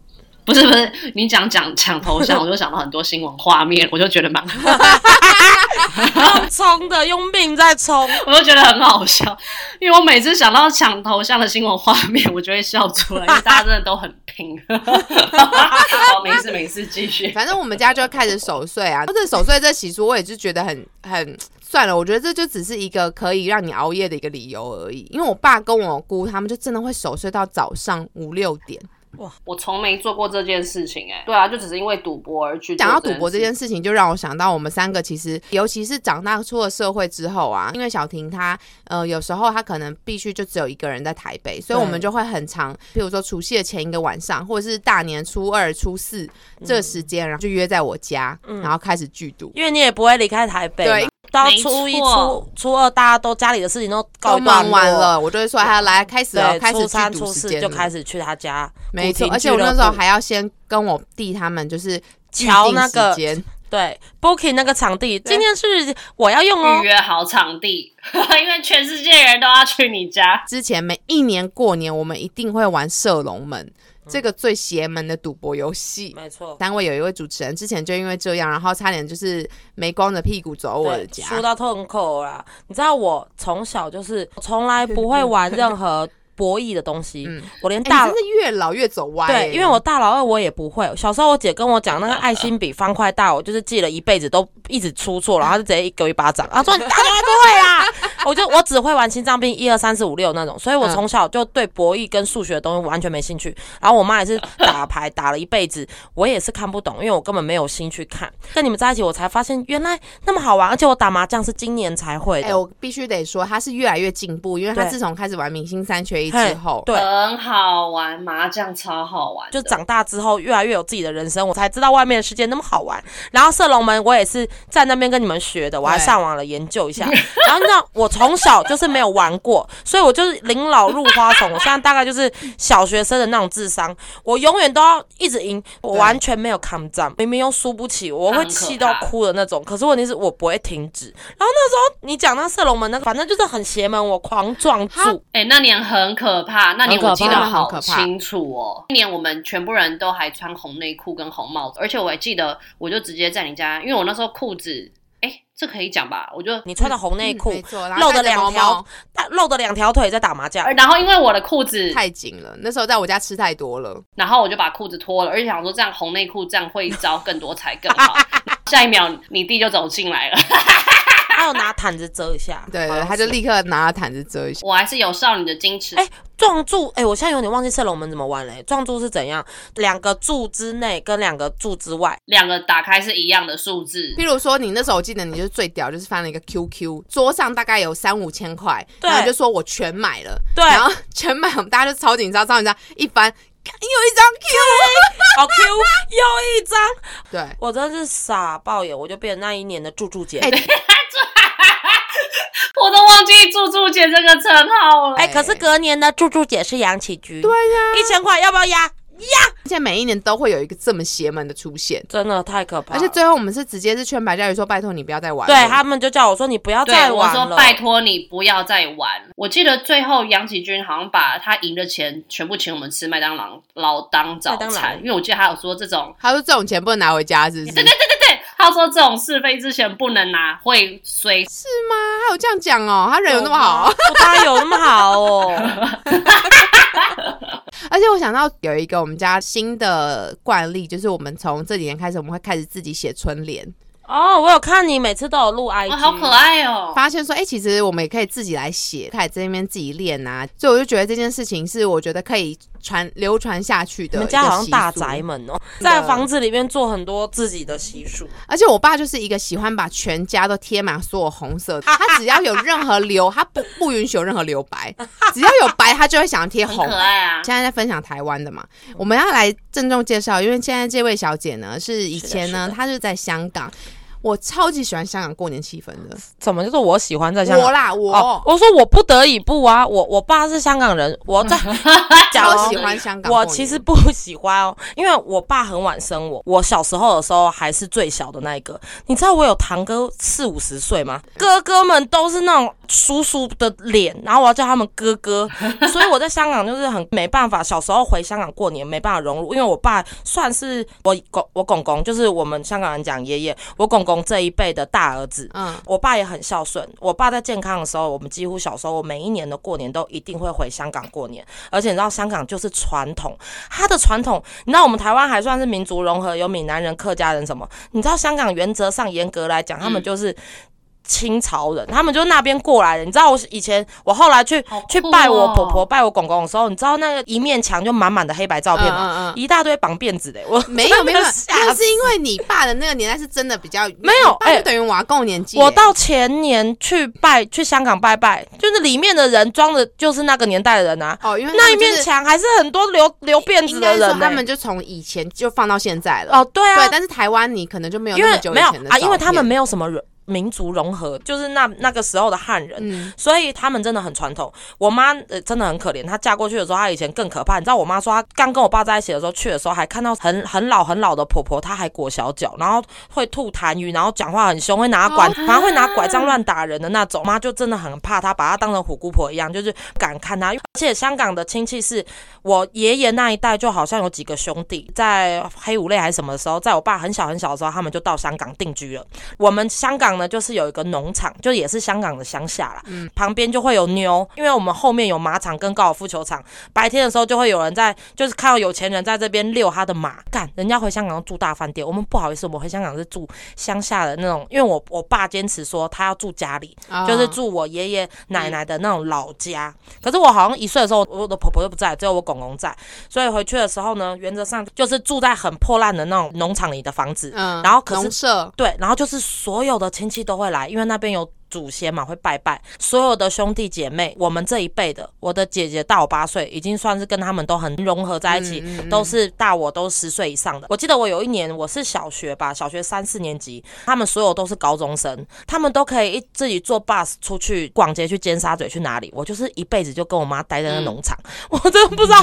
B: 不是不是，你讲讲抢头 像，我就想到很多新闻画面，我就觉得蛮，
A: 用冲的，用命在冲。
B: 我就觉得很好笑，因为我每次想到抢头像的新闻画面，我就会笑出来，因为大家真的都很拼。 好，没事没事，继续。
C: 反正我们家就开始守岁啊， 这守岁这习俗，我也是觉得很很算了，我觉得这就只是一个可以让你熬夜的一个理由而已。因为我爸跟我姑他们就真的会守岁到早上五六点。
B: 我从没做过这件事情、哎，对啊，就只是因为赌博而去做
C: 讲到赌博这
B: 事
C: 件事情，就让我想到我们三个其实，尤其是长大出了社会之后啊，因为小婷她呃有时候她可能必须就只有一个人在台北，所以我们就会很长，比如说除夕的前一个晚上，或者是大年初二、初四这个时间，然后就约在我家，然后开始聚赌。
A: 因为你也不会离开台北嘛，
C: 对
A: 到
B: 没
A: 初一、
B: 错
A: 初初二，大家都家里的事情都告
C: 都
A: 一段
C: 忙
A: 落
C: 完，了，我就会说，还要来开始了，
A: 对，
C: 开始
A: 初
C: 去
A: 三、
C: 赌
A: 初
C: 时
A: 四
C: 间
A: 就
C: 了
A: 开始去他家，
C: 没错
A: 古，亭
C: 而且我
A: 俱乐
C: 那
A: 部
C: 时候还要先跟我弟他们就是
A: 瞧那个
C: 预定时间
A: 对 booking 那个场地，今天是我要用哦
B: 预。约好场地， 因为全世界人都要去你家。
C: 之前每一年过年，我们一定会玩射龙门、
A: 嗯
C: 这个最邪门的赌博游戏。
A: 没错，
C: 单位有一位主持人之前就因为这样，然后差点就是没光着屁股走我的
A: 对，
C: 家。
A: 输到痛口啦！你知道我从小就是从来不会玩任何博弈的东西，我连
C: 哎
A: 大
C: 你真的越老越走歪、
A: 对，因为我大老二我也不会。小时候我姐跟我讲那个爱心笔方块大，我就是记了一辈子都一直出错，然后她就直接一给我一巴掌，她 说你大家都不会啦。我就我只会玩心脏病一二三四五六那种，所以
C: 嗯
A: 我从小就对博弈跟数学的东西完全没兴趣。然后我妈也是打牌打了一辈子，我也是看不懂，因为我根本没有心去看。跟你们在一起，我才发现原来那么好玩，而且我打麻将是今年才会
C: 哎、
A: 的。
C: 我必须得说，他是越来越进步，因为他
A: 对
C: 自从开始玩明星三缺一
A: 嘿
C: 之后，
A: 对，
B: 很好玩，麻将超好玩
A: 就
B: 的，
A: 长大之后越来越有自己的人生，我才知道外面的世界那么好玩。然后射龙门我也是在那边跟你们学的，我还
C: 对
A: 上网了研究一下。然后那我从小就是没有玩过，所以我就是临老入花丛。我现在大概就是小学生的那种智商，我永远都要一直赢，我完全没有抗战，明明又输不起，我会气到哭的那种。可是问题是我不会停止。然后那时候你讲那射龙门那个，反正就是很邪门，我狂撞柱。
B: 哎、那年很可怕，那年
A: 很可怕
B: 我记得
C: 真的
B: 好
C: 很可怕
B: 清楚哦。那年我们全部人都还穿红内裤跟红帽子，而且我还记得，我就直接在你家，因为我那时候裤子，哎、这可以讲吧？我就
A: 你穿的红内裤
C: 嗯没，错，然后
A: 露
C: 带
A: 的
C: 着
A: 两
C: 毛
A: 条
C: 毛，
A: 露的两条腿在 打麻将。
B: 然后因为我的裤子，
C: 太紧了。那时候在我家吃太多了，。
B: 然后我就把裤子脱了，而且想说这样红内裤这样会招更多才更好。 下一秒你弟就走进来了，
A: 他有拿毯子遮一下
C: 对
A: 好
C: 对，
A: 像
C: 他就是立刻拿毯子遮一下。
B: 我还是有少女的矜持。
A: 哎撞柱。哎、我现在有点忘记射龙门怎么玩嘞、撞柱是怎样？两个柱之内跟两个柱之外，
B: 两个打开是一样的数字
C: 譬，如说，你那时候我记得你就是最屌，就是翻了一个 QQ，桌上大概有三五千块，
A: 对
C: 然后你就说我全买了，
A: 对
C: 然后全买，我们大家就超紧张，超紧张，一翻。干有
A: 好 Q，又一张，
C: 一张 Q，
A: 我真的是傻爆眼，我就变成那一年的柱柱姐。
C: 哎
A: 哎、
B: 我都忘记“柱柱姐”这个
A: 哎
B: 称号了。
C: 啊
A: 可是隔年的柱柱姐是杨启菊，对呀、一千块要不要压？
C: 现在每一年都会有一个这么邪门的出现，
A: 真的太可怕
C: 而
A: 了。
C: 且最后我们是直接是劝白嘉宇说：“拜托你不要再玩。”
A: 对他们就叫我说你不要
B: 对，
A: 再
B: 我
A: 玩
B: 说
A: 了，
B: 拜托你不要再玩。我记得最后杨启军好像把他赢的钱全部请我们吃麦当劳老当早
A: 麦当劳
B: 餐，因为我记得他有说这种，
C: 他说这种钱不能拿回家， 是不是？
B: 对对对对对，他说这种是非之前不能拿，会随
C: 是吗？他有这样讲哦，他人有那么好
A: 哦？。他有那么好哦？
C: 而且我想到有一个我们家新的惯例，就是我们从这几年开始，我们会开始自己写春联，
A: 哦，我有看你每次都有录 IG，
B: 哇，好可爱哦。
C: 发现说，哎、其实我们也可以自己来写，开始这边自己练啊。所以我就觉得这件事情是我觉得可以传流传下去
A: 你
C: 的。
A: 们家好像大宅，门哦，在房子里面做很多自己的习俗。
C: 而且我爸就是一个喜欢把全家都贴满所有红 色的，他只要有任何留，他不不允许有任何留白，只要有白，他就会想要贴
B: 很
C: 红
B: 可。爱啊！
C: 现在在分享台湾的嘛，我们要来郑重介绍，因为现在这位小姐呢，是以前呢，
A: 是的
C: 她是在香港，我超级喜欢香港过年气氛的，
A: 怎么就是我喜欢在香港
C: 我？啦，我、
A: 哦，我说我不得已不啊，我我爸是香港人，我 在讲哦
C: 超喜欢香港过
A: 我
C: 年
A: 其实不喜欢哦，因为我爸很晚生我，我小时候的时候还是最小的那一个。你知道我有堂哥四五十岁吗？哥哥们都是那种叔叔的脸，然后我要叫他们哥哥，所以我在香港就是很没办法。小时候回香港过年没办法融入，因为我爸算是我公我公公，就是我们香港人讲爷爷，我公公这一辈的大儿子，
C: 嗯，
A: 我爸也很孝顺。我爸在健康的时候，我们几乎小时候，我每一年的过年都一定会回香港过年。而且你知道，香港就是传统，它的传统，你知道我们台湾还算是民族融合，有闽南人、客家人什么。你知道香港原则上严格来讲，他们
B: 嗯
A: 就是。清朝人，他们就那边过来的。你知道，我以前我后来去、
C: 哦
B: 好酷
A: 去拜我婆婆、
B: 哦
A: 拜我公公的时候，你知道那个一面墙就满满的黑白照片吗？
C: 嗯嗯嗯
A: 一大堆绑辫子的，欸我
C: 没有没有，
A: 真的吓
C: 那
A: 死
C: 是因为你爸的那个年代是真的比较
A: 没有
C: 你爸
A: 哎
C: 就等于娃够年纪耶，
A: 我到前年去拜去香港拜拜，就是里面的人装的就是那个年代的人啊，
C: 哦，因为
A: 那一面墙还是很多留留辫
C: 应
A: 子
C: 该
A: 的
C: 是说
A: 人、
C: 他
A: 呢。
C: 们就从以前就放到现在了，
A: 哦，对啊
C: 对，，但是台湾你可能就没有
A: 因
C: 那么
A: 为
C: 久以
A: 没有
C: 前的
A: 啊，因为他们
C: 照片
A: 没有什么人民族融合，就是那那个时候的汉人，
C: 嗯
A: 所以他们真的很传统。我妈呃真的很可怜，她嫁过去的时候，她以前更可怕。你知道，我妈说她刚跟我爸在一起的时候，去的时候还看到很很老很老的婆婆，她还裹小脚，然后会吐痰盂，然后讲话很凶，会拿拐，
C: 哦
A: 反正会拿拐杖乱打人的那种。妈就真的很怕她，把她当成虎姑婆一样，就是不敢看她。而且香港的亲戚是我爷爷那一代，就好像有几个兄弟，在黑五类还是什么时候，在我爸很小很小的时候，他们就到香港定居了。我们香港呢，就是有一个农场，就也是香港的乡下啦，旁边就会有牛，因为我们后面有马场跟高尔夫球场，白天的时候就会有人在，就是看到有钱人在这边遛他的马。干，人家回香港住大饭店，我们不好意思，我们回香港是住乡下的那种，因为我我爸坚持说他要住家里，
C: 啊
A: 就是住我爷
C: 嗯
A: 爷奶奶的那种老家。可是我好像一岁的时候，我的婆婆就不在，只有我公公在，所以回去的时候呢，原则上就是住在很破烂的那种农场里的房子，
C: 嗯，
A: 然后可是
C: 农舍
A: 对，然后就是所有的亲戚都会来，因为那边有祖先嘛，会拜拜。所有的兄弟姐妹，我们这一辈的，我的姐姐大我八岁，已经算是跟他们都很融合在一起，都是大我都十岁以上的。我记得我有一年我是小学吧，小学三四年级，他们所有都是高中生，他们都可以一自己坐 bus 出去逛街，去尖沙咀，去哪里。我就是一辈子就跟我妈待在那农场， 我真的不知道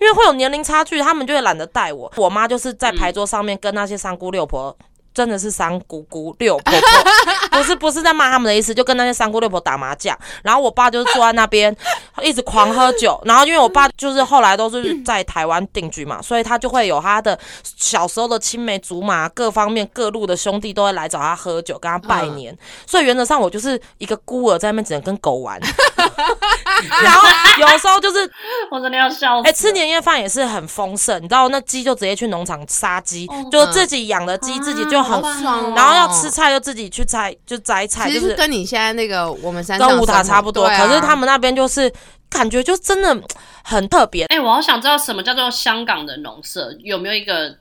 A: 因为会有年龄差距，他们就会懒得带我。我妈就是在牌桌上面跟那些三姑六婆。真的是三姑姑六婆婆，不是不是在骂他们的意思，就跟那些三姑六婆打麻将。然后我爸就是坐在那边一直狂喝酒。然后因为我爸就是后来都是在台湾定居嘛，所以他就会有他的小时候的青梅竹马，各方面各路的兄弟都会来找他喝酒，跟他拜年。所以原则上我就是一个孤儿，在那边只能跟狗玩。 然后有时候就是
B: 我真的要笑死。
A: 哎、吃年夜饭也是很丰盛，你知道那鸡就直接去农场杀鸡，
B: 哦
A: 就自己养的鸡自己就
B: 啊
A: 很
B: 好棒哦
C: 爽哦，
A: 然后要吃菜就自己去摘，就摘菜，
C: 其实
A: 就
C: 就是
A: 是
C: 跟你现在那个我们山上
A: 跟舞塔差不多。可是他
C: 们
A: 们那边就是感觉就真的很特别。
B: 哎、我好想知道什么叫做香港的农舍，有没有一个嘖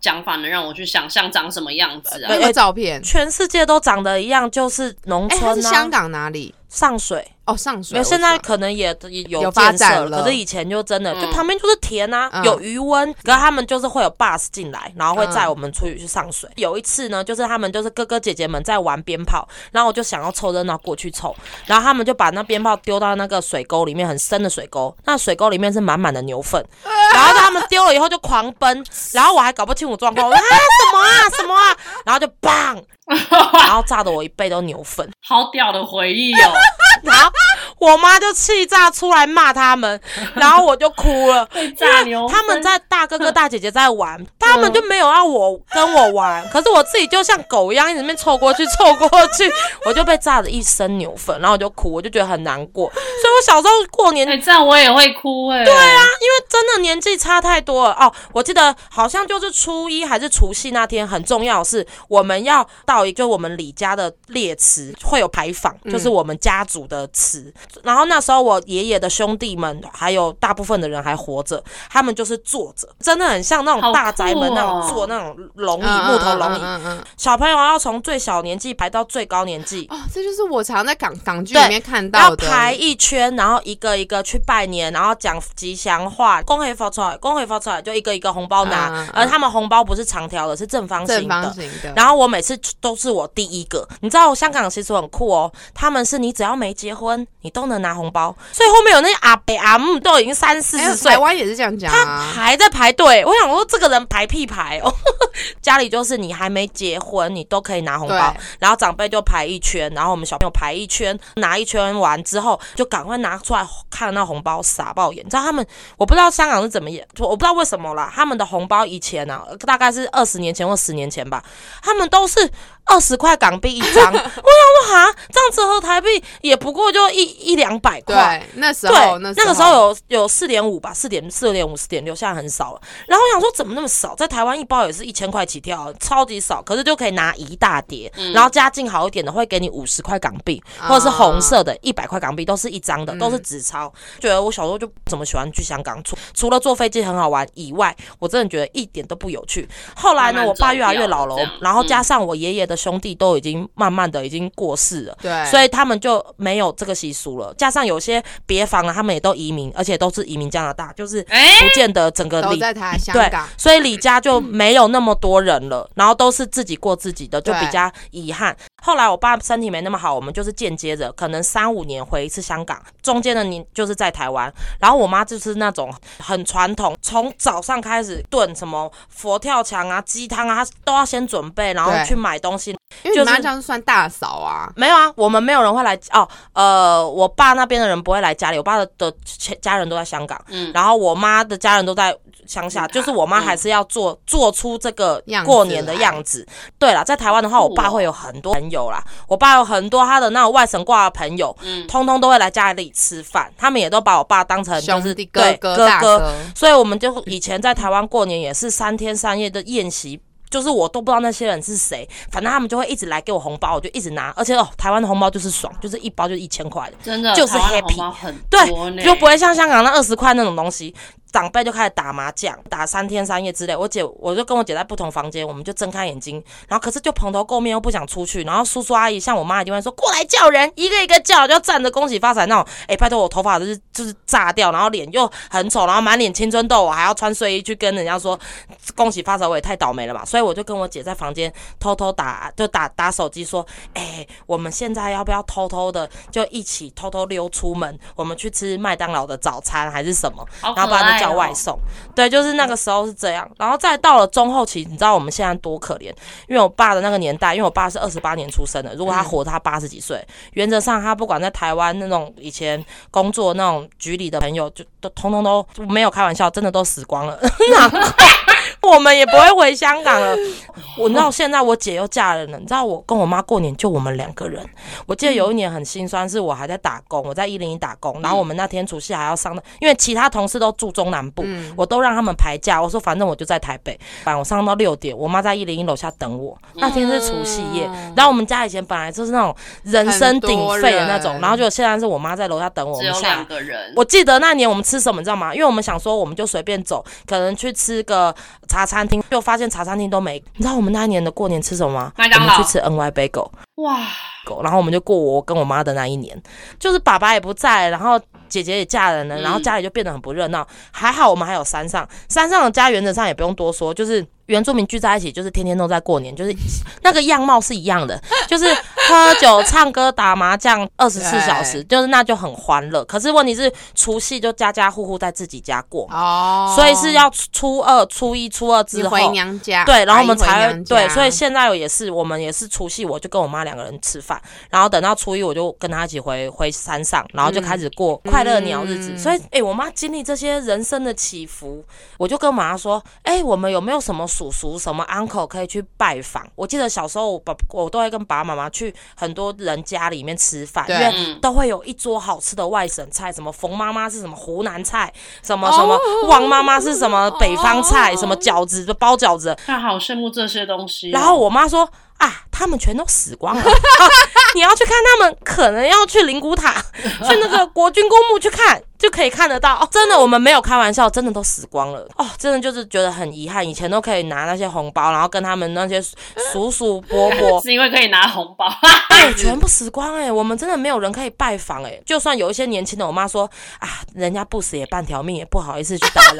B: 讲法能让我去想象长什么样子啊
A: 呃？
C: 有个照片，
A: 全世界都长得一样，就是农
C: 哎，他是
A: 村啊，
C: 香港哪里？
A: 上水
C: 哦，上水
A: 没
C: 我
A: 有，现
C: 知
A: 在
C: 道
A: 可能也也有
C: 有发
A: 建设
C: 展
A: 了，可
C: 了
A: 是以前就真的、就
B: 嗯
A: 旁边就是田啊，
C: 嗯
A: 有余温，可是他们就是会有 bus 进来，然后会载
C: 嗯
A: 我们出去去上水。有一次呢，就是他们就是哥哥姐姐们在玩鞭炮，然后我就想要凑热闹过去凑，然后他们就把那鞭炮丢到那个水沟里面，很深的水沟，那水沟里面是满满的 牛粪，然后他们丢了以后就狂奔，然后我还搞不清楚状况，我说啊什么啊什么啊，然后就砰，然后炸得我一背都牛粪。
B: 好屌的回忆 哦！
A: 然后我妈就气炸出来骂 他们，然后我就哭了。
B: 炸牛
A: 他们在 大哥哥大姐姐在玩，他们就没有让我跟我
B: 嗯
A: 玩，可是我自己就像狗一样，一直在那边凑过去凑过去，我就被炸得一身牛粪，然后我就哭，我就觉得很难过。所以我小时候过年
B: 哎、这样我也会哭哎、对啊，
A: 因为真的年纪差太多了哦。我记得好像就是初一还是除夕那天，很重要的是我们要到一个我们李家的列祠会有牌坊，就是我们家族的祠。然后那时候我爷爷的兄弟们，还有大部分的人还活着，他们就是坐着，真的很像那
B: 好
A: 种
B: 酷
A: 大宅门那种、
B: 哦
A: 坐那种龙椅、
C: 嗯
A: 木头龙椅。
C: 嗯嗯 嗯嗯
A: 小朋友要从最小年纪排到最高年纪。
C: 哦，这就是我常在港港剧
A: 对
C: 里面看
A: 要
C: 到的。
A: 排一圈，然后一个一个去拜年，然后讲吉祥话，恭喜发财，恭喜发财，就一个一个红包拿。
C: 嗯嗯
A: 而他们红包不是长条的，是正方
C: 正
A: 形
C: 方
A: 的。
C: 形的，
A: 然后我每次都是我第一个，你知道香港其实很酷哦，他们是你只要没结婚，你都能拿红包，所以后面有那些阿伯阿姆都已经三四
C: 哎
A: 十岁
C: 台，湾也是这样讲
A: 他
C: 啊。
A: 还在排队。我想说这个人排屁排哦， 家里就是你还没结婚，你都可以拿红包
C: 对，
A: 然后长辈就排一圈，然后我们小朋友排一圈，拿一圈完之后就赶快拿出来看那红包，傻爆眼。你知道他们，我不知道香港是怎么演，我不知道为什么啦，他们的红包以前啊，大概是二十年前或十年前吧，他们都是。二十块港币一张，我想说哈，这样子合台币也不过就一一两百块，
C: 对，那时
A: 对
C: 候，
A: 那
C: 时
A: 个时候有有四点五吧，四点四点五四点六，现在很少了。然后我想说，怎么那么少？在台湾一包也是一千块起跳，超级少，可是就可以拿一大叠。
B: 嗯
A: 然后家境好一点的会给你五十块港币，或者是红色的一百块港币，都是一张的，
B: 嗯
A: 都是纸钞。觉得我小时候就不怎么喜欢去香港，除除了坐飞机很好玩以外，我真的觉得一点都不有趣。后来呢，
B: 慢慢
A: 我爸
B: 走
A: 越来越
B: 掉了
A: 老了
B: 这样，
A: 然后加
B: 嗯
A: 上我爷爷的兄弟都已经慢慢的已经过世了，
C: 对，
A: 所以他们就没有这个习俗了。加上有些别房了，他们也都移民，而且都是移民加拿大，就是
B: 哎
A: 不见得整个
C: 都
A: 李、
C: 在台香
A: 对
C: 港，，
A: 所以李家就没有那么多人了，然后都是自己过自己的，就比
C: 对
A: 较遗憾。后来我爸身体没那么好，我们就是间接着，可能三五年回一次香港，中间的你就是在台湾。然后我妈就是那种很传统，从早上开始炖什么佛跳墙啊、鸡汤啊，她都要先准备，然后
C: 对
A: 去买东西，
C: 因为你
A: 就
C: 妈
A: 是
C: 这样算大嫂啊。
A: 没有啊，我们没有人会来哦。呃，我爸那边的人不会来家里，我爸的的亲家人都在香港，
B: 嗯
A: 然后我妈的家人都在乡下，
B: 嗯
A: 就是我妈
B: 嗯啊
A: 还是要做、做出这个
C: 样子
A: 过年的
C: 来
A: 样子。对啦，在台湾的话，
B: 好
A: 我
B: 酷
A: 爸
B: 哦
A: 会有很多朋友啦，我爸有很多他的那种外省挂的朋友，
B: 嗯
A: 通通都会来家里吃饭，他们也都把我爸当成就是
C: 兄弟哥
A: 对
C: 哥
A: 哥
C: 大
A: 哥
C: 哥，
A: 所以我们就以前在台湾过年也是三天三夜的宴席。就是我都不知道那些人是谁，反正他们就会一直来给我红包，我就一直拿，而且哦，台湾的红包就是爽，就是一包就一千块的，
B: 真的
A: 就是
B: 台湾的红
A: happy
B: 包很多呢
A: 对，就不会像香港那二十块那种东西。长辈就开始打麻将，打三天三夜之类。我姐，我就跟我姐在不同房间，我们就睁开眼睛，然后可是就蓬头垢面，又不想出去。然后叔叔阿姨像我妈一定会说过来叫人，一个一个叫，就要站着恭喜发财那种。哎、拜托我头发就是就是炸掉，然后脸又很丑，然后满脸青春痘，我还要穿睡衣去跟人家说恭喜发财，我也太倒霉了吧。所以我就跟我姐在房间偷偷打，就打打手机说，哎、我们现在要不要偷偷的就一起偷偷溜出门，我们去吃麦当劳的早餐还是什么？
B: 好可
A: 然后不然就叫
B: 爱哦
A: 外送。对，就是那个时候是这样，然后再到了中后期，你知道我们现在多可怜，因为我爸的那个年代，因为我爸是二十八年出生的，如果
B: 嗯
A: 他活到他八十几岁，原则上他不管在台湾那种以前工作那种局里的朋友，就都通通都没有开玩笑，真的都死光了。 然后我们也不会回香港了。
C: 哦
A: 我到现在我姐又嫁人了，你知道我跟我妈过年就我们两个人。我记得有一年很心酸，是我还在打工，我在一零一打工，
C: 嗯
A: 然后我们那天除夕还要上，因为其他同事都住中南部，
C: 嗯
A: 我都让他们排假，我说反正我就在台北，反正我上到六点，我妈在一零一楼下等我。那天是除夕夜，然后我们家以前本来就是那种人声鼎沸的
C: 嗯
A: 那
C: 很多
A: 种，
C: 人
A: 然后就现在是我妈在楼下等我，我
B: 只
A: 们
B: 有
A: 下来
B: 两。个人，
A: 我记得那年我们吃什么，你知道吗？因为我们想说我们就随便走，可能去吃个茶餐厅，就发现茶餐厅都没。你知道我们那一年的过年吃什么吗？
B: 麦当劳
A: 我们去吃 NY Bagel，
B: 哇，
A: 狗，然后我们就过我跟我妈的那一年，就是爸爸也不在，然后姐姐也嫁人了，
B: 嗯
A: 然后家里就变得很不热闹。还好我们还有山上，山上的家原则上也不用多说，就是原住民聚在一起，就是天天都在过年，就是 那个样貌是一样的，就是喝酒、 唱歌、打麻将，二十四小时，就是那就很欢乐。可是问题是，除夕就家家户户在自己家过嘛，
C: 哦，
A: 所以是要初二、初一、初二
C: 你
A: 之后
C: 回。娘家，
A: 对，然后我们
C: 阿姨回
A: 才会
C: 娘家
A: 对，所以现在也是我们也是除夕，我就跟我妈两个人吃饭，然后等到初一我就跟她一起回回山上，然后就开始过快乐鸟日子。
C: 嗯
A: 所以，哎、我妈经历这些人生的起伏，我就跟我妈说，哎、我们有没有什么叔叔、什么 uncle 可以去拜访？我记得小时候我爸我都会跟爸爸妈妈去很多人家里面吃饭，因
C: 对
A: 为
B: 嗯，
A: 都会有一桌好吃的外省菜，什么冯妈妈是什么湖南菜，什么什么
C: 哦
A: 王妈妈是什么北方菜，什么饺子就包饺子。
B: 他好羡慕这些东西哦、。
A: 然后我妈说啊，他们全都死光了、 啊，你要去看他们，可能要去灵骨塔，去那个国军公墓去看，就可以看得到。哦、真的，我们没有开玩笑，真的都死光了。哦，真的就是觉得很遗憾，以前都可以拿那些红包，然后跟他们那些叔叔伯伯
B: 是因为可以拿红包，
A: 对，全部死 光哎、我们真的没有人可以拜访哎、就算有一些年轻的，我妈说啊，人家不死也半条命，也不好意思去打扰。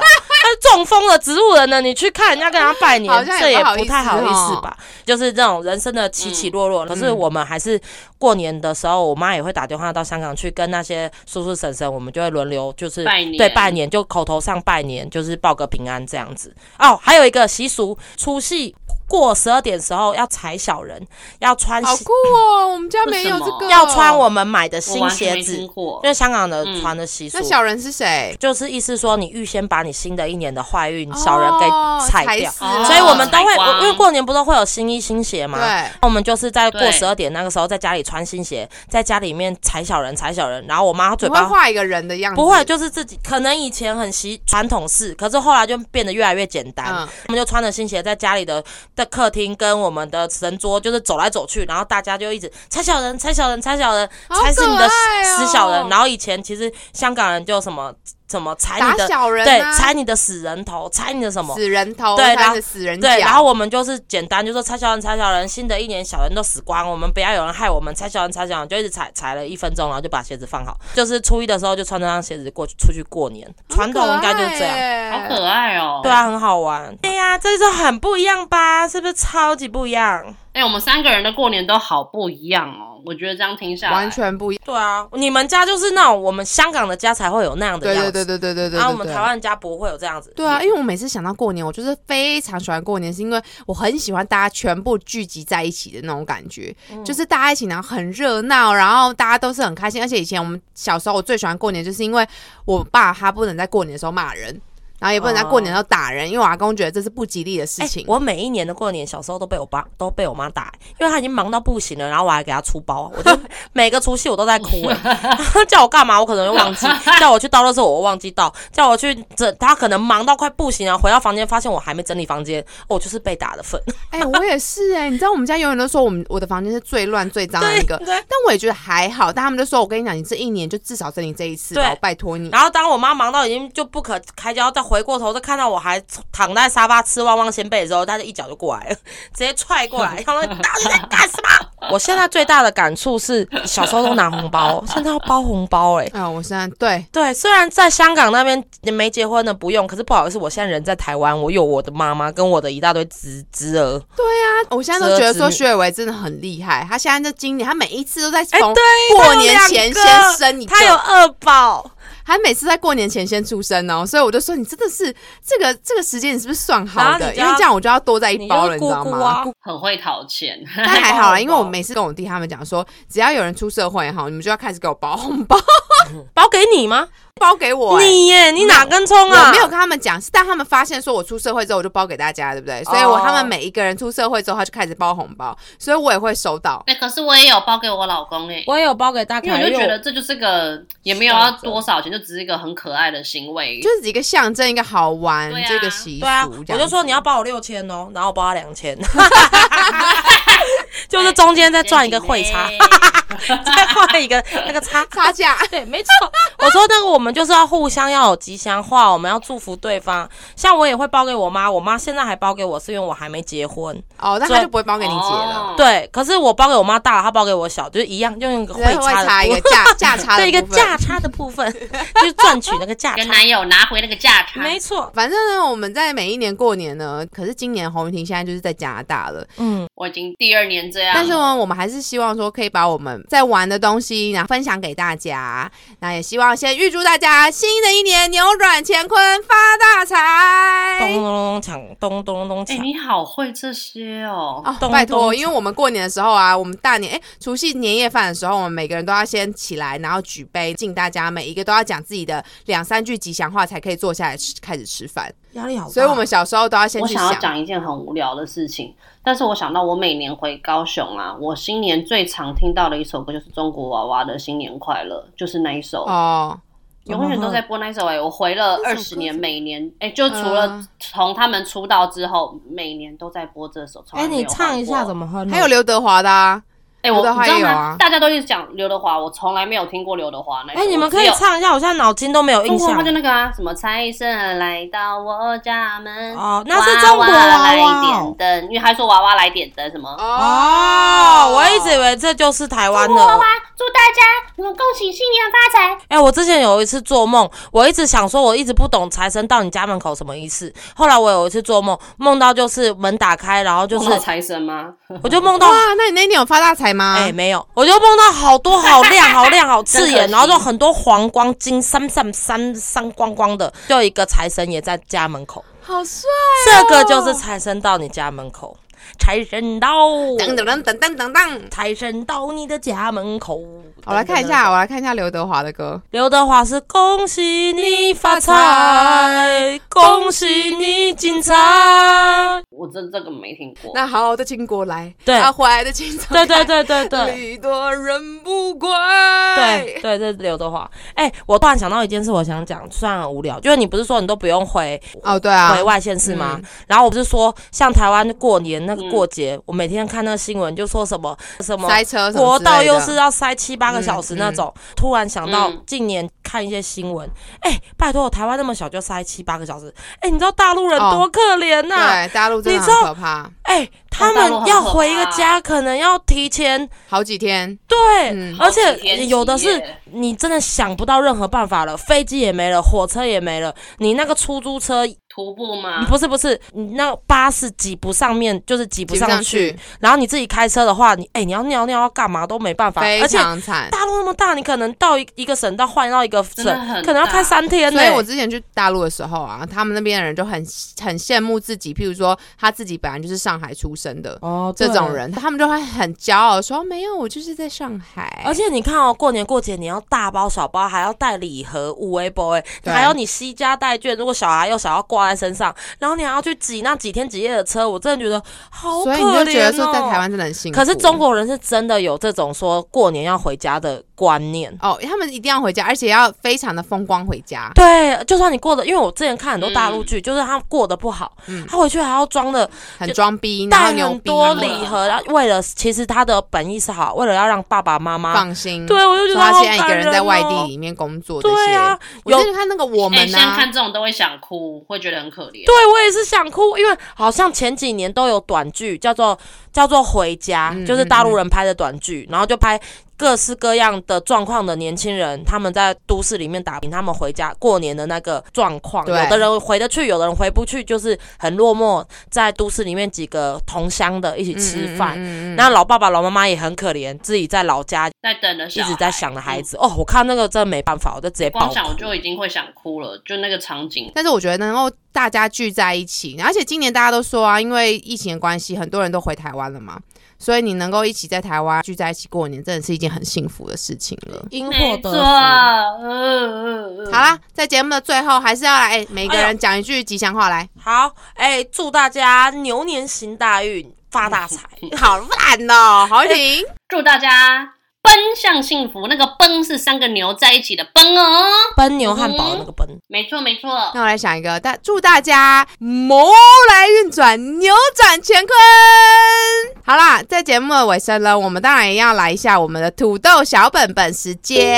A: 但是中风了植物人呢，你去看人家跟他拜年
C: 好，像也
A: 这也
C: 不好
A: 不太
C: 意思
A: 好意思
C: 哦嗯
A: 吧？就是这种人生的起起落落。可是我们还是过年的时候，我妈也会打电话到香港去跟那些叔叔婶婶，我们就会轮流就是
B: 拜年
A: 对拜年，就口头上拜年，就是报个平安这样子。哦，还有一个习俗，除夕过十二点时候要踩小人，要穿
C: 好
A: 新
C: 酷哦，我们家没有这
B: 这
C: 个，
B: 什么
A: 要穿我们买的
B: 我
A: 新
B: 完全
A: 鞋
B: 没
A: 子，
B: 听
A: 因
B: 过。
A: 为香港的传的习
C: 嗯
A: 俗。
C: 那小人是谁？
A: 就是意思说，你预先把你新的一年的坏运小人给踩
C: 哦踩
A: 掉，
C: 死了
A: 所以我们都会，
B: 踩光
A: 我因为过年不都会有新衣新鞋嘛，
C: 对，
A: 我们就是在过
B: 对
A: 十二点那个时候，在家里穿新鞋，在家里面踩小人踩小人，然后我妈嘴
C: 你会
A: 巴
C: 画一个人的样子，
A: 不会，就是自己可能以前很习传统式，可是后来就变得越来越简单。
C: 嗯
A: 我们就穿着新鞋在家里的的客厅跟我们的神桌就是走来走去，然后大家就一直踩小人、踩小人、踩小人，
C: 好
A: 踩死你的
C: 可爱哦
A: 死小人。然后以前其实香港人就什么怎么踩
C: 打
A: 你的，
C: 小人
A: 对，
C: 啊
A: 踩你的死人头，踩你的什么。
C: 死人头，
A: 对然
C: 然
A: 后
C: 后死人脚，
A: 对，然后我们就是简单就说拆小人，拆小人，新的一年小人都死光，我们不要有人害我们，拆小人，拆小人，就一直踩踩了一分钟，然后就把鞋子放好。就是初一的时候就穿这双鞋子过去出去过年，传统应该就是这样。
C: 样
B: 好可爱哦、
A: 对，啊，很好玩。对呀、这就很不一样吧？是不是超级不一样？
B: 哎、我们三个人的过年都好不一样哦、我觉得这样听下来，
C: 完全不一样。
A: 对啊，你们家就是那种我们香港的家才会有那样的
C: 对
A: 样子，
C: 对对对对对对。
A: 然后
C: 对
A: 我们
C: 对
A: 台湾家不会有这样子。
C: 对啊，因为我每次想到过年，我就是非常喜欢过年，是因为我很喜欢大家全部聚集在一起的那种感觉，就是大家一起，然后很热闹，然后大家都是很开心。而且以前我们小时候，我最喜欢过年，就是因为我爸他不能在过年的时候骂人，然后也不能在过年的时候打人，因为我阿公觉得这是不吉利的事
A: 哎
C: 情。
A: 我每一年的过年，小时候都被我爸都被我妈打、因为她已经忙到不行了，然后我还给她出包，我就 每个除夕我都在哭、哎， 叫我干嘛我可能会 忘记，叫我去倒垃圾我忘记倒，叫我去整，她可能忙到快不行了，回到房间发现我还没整理房间，哦我就是被打的份。
C: 哎、我也是哎、你知道我们家永远都说我们 我的房间是最乱最脏的那个，
A: 对对
C: 但我也觉得还好。但他们就说我跟你讲，你这一年就至少整理这一次吧，
A: 对
C: 我拜托你。
A: 然后当我妈忙到已经就不可开交，再回过头再看到我还躺在沙发吃旺旺仙贝的时候，她就一脚就过来了， 直接踹过 来，然后说你到底在干什么？ 我现在最大的感触是，小时候都拿红包，现在要包红包哎、
C: 啊、我现在对
A: 对，虽然在香港那边没结婚的不用，可是不好意思，我现在人在台湾，我有我的妈妈跟我的一大堆侄侄儿。
C: 我现在都觉得
A: 侄
C: 说
A: 儿侄女
C: 薛伟伟真的很厉害，他现在在今年，他每一次都在
A: 哎、
C: 从
A: 对，
C: 过年前
A: 他
C: 先
A: 有两个
C: 生一个，
A: 他有二宝，
C: 他每次在过年前先出生哦，所以我就说你真的是这个这个时间你是不是算好
A: 然后
C: 的？
A: 你
C: 因
A: 就要
C: 为这样我就要多在一包了，
A: 你
C: 你
A: 就是
C: 知道
A: 姑姑
C: 吗
A: 啊？
C: 姑
B: 很会讨钱。
C: 但还好
A: 包
C: 啦，
A: 红
C: 因为我
A: 包
C: 每次跟我弟他们讲说，只要有人出社会哈，你们就要开始给我包红包，
A: 包给你吗？
C: 包给我、哎
A: 你耶，你哪根葱啊？
C: 我没有跟他们讲，是当他们发现说我出社会之后，我就包给大家，对不对？所以我
A: 哦
C: 他们每一个人出社会之后，他就开始包红包，所以我也会收到。
B: 哎、可是我也有包给我老公哎、
A: 我也有包给大
B: 因
A: 凯，
B: 为我就觉
A: 因为
B: 得这就是个也没有要多少钱，就只是一个很可爱的行为。
C: 就是一个象征，一个好玩，
B: 对啊
C: 这个习俗。
A: 对啊，
C: 这
A: 我
C: 样子
A: 就说你要包我六千哦，然后我包他两千， 就是中间再赚一个会差，
B: 哦
A: 再画一个那个差。
C: 差价。
A: 对，没错。我说那个我们就是要互相要有吉祥话，我们要祝福对方。像我也会包给我妈，我妈现在还包给我，是因为我还没结婚。
C: 哦，那
A: 所以
C: 他就不会包给你结了，
B: 哦，
A: 对，可是我包给我妈大，她包给我小，就是一样，用一个
C: 只
A: 会
C: 是会
A: 差的
C: 差一个
A: 部分
C: 价价差的
A: 对一个
C: 部分
A: 价差的部分，就是赚取那个价
B: 跟
A: 差。
B: 男友拿回那个价差，
A: 没错，
C: 反正呢，我们在每一年过年呢，可是今年洪云婷现在就是在加拿大了，
A: 嗯，
B: 我已经第二年这样了，
C: 但是呢，我们还是希望说可以把我们在玩的东西，然后分享给大家。那也希望先预祝大家新的一年扭转乾坤，发大
A: 咚
C: 财
A: 咚！咚咚锵，咚咚咚咚
B: 哎、
A: 锵。
B: 你好会这些哦，
C: 哦，
A: 咚
C: 拜
A: 咚
C: 托，
A: 咚
C: 因为我们过年的时候啊，我们大年哎，除夕年夜饭的时候，我们每个人都要先起来，然后举杯敬大家，每一个都要讲自己的两三句吉祥话，才可以坐下来吃开始吃饭。
A: 压力好大。
C: 所以我们小时候都要哦先
B: 我
C: 去
B: 想要讲一件很无聊的事情，但是我想到我每年回高雄啊，我新年最常听到的一首歌就是中国娃娃的《新年快乐》，就是那一首，
C: 哦，
B: 永远都在播那一首、哎，我回了
C: 那
B: 二
C: 首歌
B: 十年，每年哎、就除了
C: 嗯
B: 从他们出道之后，每年都在播这首。从
A: 哎，
B: 来没
A: 你
B: 有
A: 唱
B: 换
A: 一下
B: 过
A: 怎么哼？
C: 还有刘德华的啊，
B: 哎、我
C: 刘德华
B: 你知道
C: 也有
B: 吗？
C: 啊
B: 大家都一直讲刘德华，我从来没有听过刘德华那一首。
A: 哎，你们
B: 我只
A: 可以
B: 有
A: 唱一下，我现在脑筋都没有印
B: 中国娃
A: 象
B: 娃就。那个啊，什么财神来到我家门，
A: 哦那是中国娃娃
B: 来点灯，因为他说娃娃来点灯什么。
A: 哦，我一直以为这就是台湾的。
B: 祝大家你们恭喜新年发财！
A: 哎、我之前有一次做梦，我一直想说，我一直不懂财神到你家门口什么意思。后来我有一次做梦，梦到就是门打开，然后就
B: 就是
A: 是，
B: 财神吗？
A: 我就梦到，
C: 哇，那你那一年有发大财吗？
A: 哎、没有，我就梦到好多好 亮、好亮、好刺
B: 真可
A: 眼，
B: 惜
A: 然后就很多黄光金闪闪闪闪光光的，就一个财神也在家门口。
C: 好帅、哦
A: 这个就是财神到你家门口，财神到，
C: 噔噔噔噔噔噔噔。
A: 财神到你的家门口。
C: 我来看一下，我来看一下刘德华的歌。
A: 刘德华是恭喜你发财，恭喜你精彩。
B: 我这这个没听过。
C: 那好的请过来，
A: 对
C: 啊，坏的请走
A: 对
C: 开。
A: 对对对 对。
C: 礼多人不怪。
A: 对，对，这是刘德华。哎、我突然想到一件事，我想讲，虽然很无聊，就是你不是说你都不用回、
C: 哦，对啊
A: 回，外县市吗？然后我不是说，像台湾过年那个
B: 嗯
A: 过节，我每天看那个新闻，就说什么什么
C: 塞车什么
A: 国
C: 之类
A: 道
C: 的嗯
A: 又是啊要塞七八个小时那种。突然想到
B: 嗯
A: 近年看一些新闻，哎、拜托，台湾那么小就塞七八个小时，哎、你知道大陆人
C: 哦
A: 多可怜
C: 对
A: 呐、
C: 大陆真的
A: 你知
C: 很可
A: 道
C: 怕，
A: 哎、他
B: 大陆
A: 们
B: 很
A: 要
B: 可
A: 回一个
B: 怕
A: 家，可能要提前
C: 好几天。
A: 对，
C: 嗯
A: 而
B: 好几天
A: 且
B: 起
A: 有的是
B: 夜
A: 你真的想不到任何办法了，飞机也没了，火车也没了，你那个出租车
B: 徒步吗？
A: 不是不是，你那个巴士挤不上面，就是挤不
C: 挤不
A: 上
C: 上
A: 去。
C: 去
A: 然后你自己开车的话，你哎、你要尿尿要干嘛都没办法，
C: 非
A: 而且
C: 常惨。
A: 大陆那么大，你可能到一一个省道换到一个省
B: 真的很，
A: 可能要开
B: 大
A: 三天呢、
C: 所以我之前去大陆的时候啊，他们那边的人就很很羡慕自己，譬如说他自己本来就是上海出生的。
A: 哦
C: 这种。人，他们就会很骄傲地说：“哦没有，我就是在上海。”
A: 而且你看哦，过年过节你要大包小包，还要带礼盒、五微博，哎，
C: 对
A: 还有你惜家带眷，如果小孩又想要挂在身上，然后你还要去挤那几天几夜的车，我真的觉得好可
C: 所
A: 怜、哦、
C: 以你就觉得说，在台湾真的很辛苦。
A: 可是中国人是真的有这种说过年要回家的观念。
C: 哦，他们一定要回家，而且要非常的风光回家。
A: 对，就算你过得，因为我之前看很多大陆剧，就是他过得不好，
C: 嗯
A: 他回去还要装的
C: 很装逼，然后
A: 带
C: 牛
A: 很
C: 逼，
A: 多
B: 理
A: 礼盒，然后为了其实他的本意是好，为了要让爸爸妈妈，
C: 放心。
A: 啊对我就觉
C: 说
A: 得
C: 他
A: 好
C: 现在一
A: 感
C: 个人在
A: 人
C: 外
A: 哦
C: 地里面工作这
A: 对
C: 些，
A: 啊，
C: 我之前看那个我
B: 哎、
C: 们
B: 现在
C: 啊，
B: 看这种都会想哭，会觉得很可怜。
A: 对我也是想哭，因为好像前几年都有短剧，叫做叫做《回家》，
C: 嗯
A: 就是大陆人拍的短剧，然后就拍各式各样的状况的年轻人，他们在都市里面打拼，他们回家过年的那个状况，有
C: 对
A: 的人回得去，有的人回不去，就是很落寞，在都市里面几个同乡的一起
C: 嗯
A: 吃饭。
C: 嗯嗯嗯嗯
A: 那老爸爸、老妈妈也很可怜，自己在老家
B: 在等的小
A: 一
B: 孩
A: 直在想的孩子。哦，我看那个真的没办法，我就直接爆
B: 光
A: 哭。
B: 想我就已经会想哭了，就那个场景。
C: 但是我觉得能够大家聚在一起，而且今年大家都说啊，因为疫情的关系，很多人都回台湾了嘛，所以你能够一起在台湾聚在一起过年，真的是一件很幸福的事情了。
A: 因祸
B: 没
A: 得
B: 错，
A: 福。
B: 嗯嗯嗯。
C: 好啦，在节目的最后，还是要来、哎每个人讲一句吉祥话来。
A: 好，哎、祝大家 牛年行大运，发大财。哎
C: 好烂哦，好停！
B: 祝大家奔向幸福，那个奔是三个牛在一起的奔哦。
A: 奔牛汉堡的那个奔，
B: 没错，没错。
C: 那我来想一个，大祝大家谋来运转，扭转乾坤。好啦，在节目的尾声了，我们当然也要来一下我们的土豆小本本时间。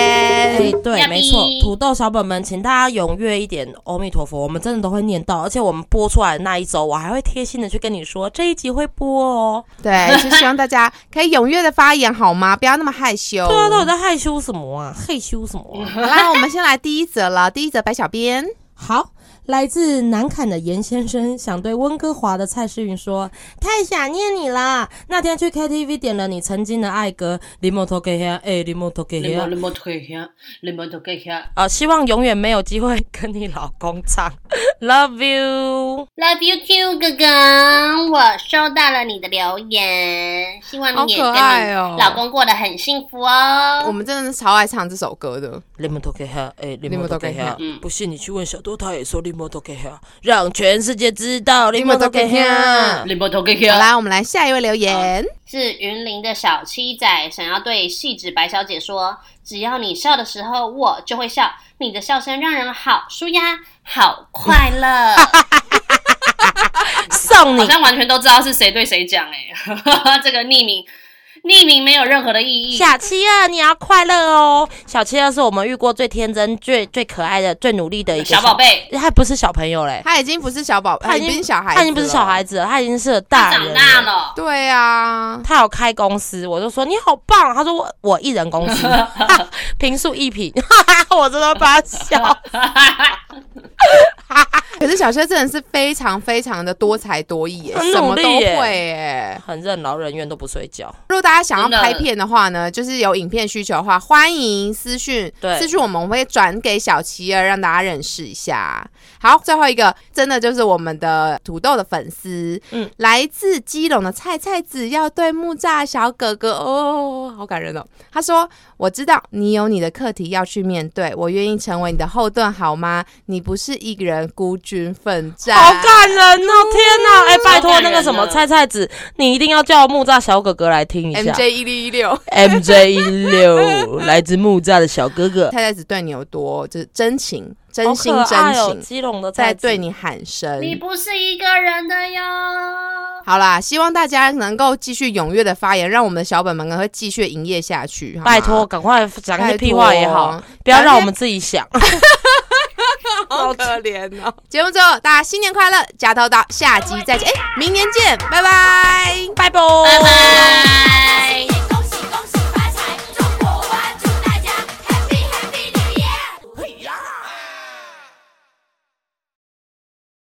A: 哎，对，
B: 呀
A: 没错
B: 咪，
A: 土豆小本本，请大家踊跃一点，阿弥陀佛，我们真的都会念到，而且我们播出来的那一周，我还会贴心的去跟你说这一集会播哦。
C: 对，就希望大家可以踊跃的发言，好吗？不要那么害羞。
A: 对
B: 哦
A: 啊，到底在害羞什么啊？害羞什 么啊、
C: 好啦，我们先来第一则了。第一则白小编，
A: 好，来自南坎的严先生想对温哥华的蔡诗芸说：“太想念你啦！那天去 KTV 点了你曾经的爱歌《林莫托给黑》，哎，《林莫托给黑》。
B: 你莫推下，你莫推下。
A: 呃，希望永远没有机会跟你老公唱 Love You。
B: Love you too，哥哥，我收到了你的留言，希望你也
C: 好
B: 跟
C: 可爱
B: 你
C: 哦
B: 老公过得很幸福
C: 我
B: 哦。
C: 们真的是超爱唱这首歌的。
A: 你们都可以喝，哎、你
C: 们
A: 们
C: 都
A: 都
C: 可
A: 可
C: 以
A: 以
C: 喝
A: 喝。不信你去问小多，他也说你们都可以喝，让全世界知道 你们都啊可以
C: 你们
A: 喝。
B: 你莫推
C: 好啦，我们来下一位留言。
B: 是云林的小七仔想要对细致白小姐说：只要你笑的时候，我就会笑。你的笑声让人好舒压，好快 乐。
A: 送
B: 好
A: 你
B: 像完全都知道是谁对谁讲哎、 欸，这个匿名匿名没有任何的意义。
A: 小七二，你要快乐哦！小七二是我们遇过最天真、最最可爱的、最努力的一个
B: 小宝，贝，
A: 他还不是小朋友嘞，
C: 他已经不是小宝，他已经不是小孩，
A: 他已经不是小。孩哦子了，他已经是个大
B: 他
A: 人
B: 长大
A: 了。
B: 了。
C: 对啊，
A: 他有开公司，我就说你好棒，他说我我一人公司， 哈平数一品， 我真的把他笑。
C: 可是小薛真的是非常非常的多才多艺耶，
A: 很
C: 什么
A: 努
C: 都
A: 力
C: 会
A: 耶
C: 耶。
A: 很任劳任怨都不睡觉，
C: 如果大家想要
B: 真的
C: 拍片的话呢，就是有影片需求的话，欢迎私讯，
A: 对
C: 私讯我们我会转给小琪儿，让大家认识一下。好，最后一个真的就是我们的土豆的粉丝，嗯
A: 嗯，
C: 来自基隆的菜菜子要对木栅小哥哥哦，好感人哦。他说：“我知道你有你的课题要去面对，我愿意成为你的后盾，好吗？你不是一个人孤军奋战，
A: 好感人哦！天哪，哎、拜
B: 好
A: 托
B: 感
A: 那
B: 人啊
A: 个什么
B: 呢
A: 菜菜子，你一定要叫木栅小哥哥来听一下
C: MJ 一六一六。”
A: ，MJ 一六 来自木栅的小哥 哥，
C: 太太子对你有多就是真情，真
A: 好
C: 心
A: 可
C: 真
A: 爱哦
C: 情，
A: 基隆的
C: 在
A: 菜子
C: 对你喊声。
B: 你不是一个人的哟。
C: 好啦，希望大家能够继续踊跃的发言，让我们的小本本会继续营业下去。好吗
A: 拜托，，赶快讲
C: 拜
A: 些
C: 托
A: 屁话也好，，不要让我们自己想。
C: 好可怜哦。节目最后，大家新年快乐，加头到下集再见，哎，明年见，拜拜。
A: 拜拜，
B: 拜拜。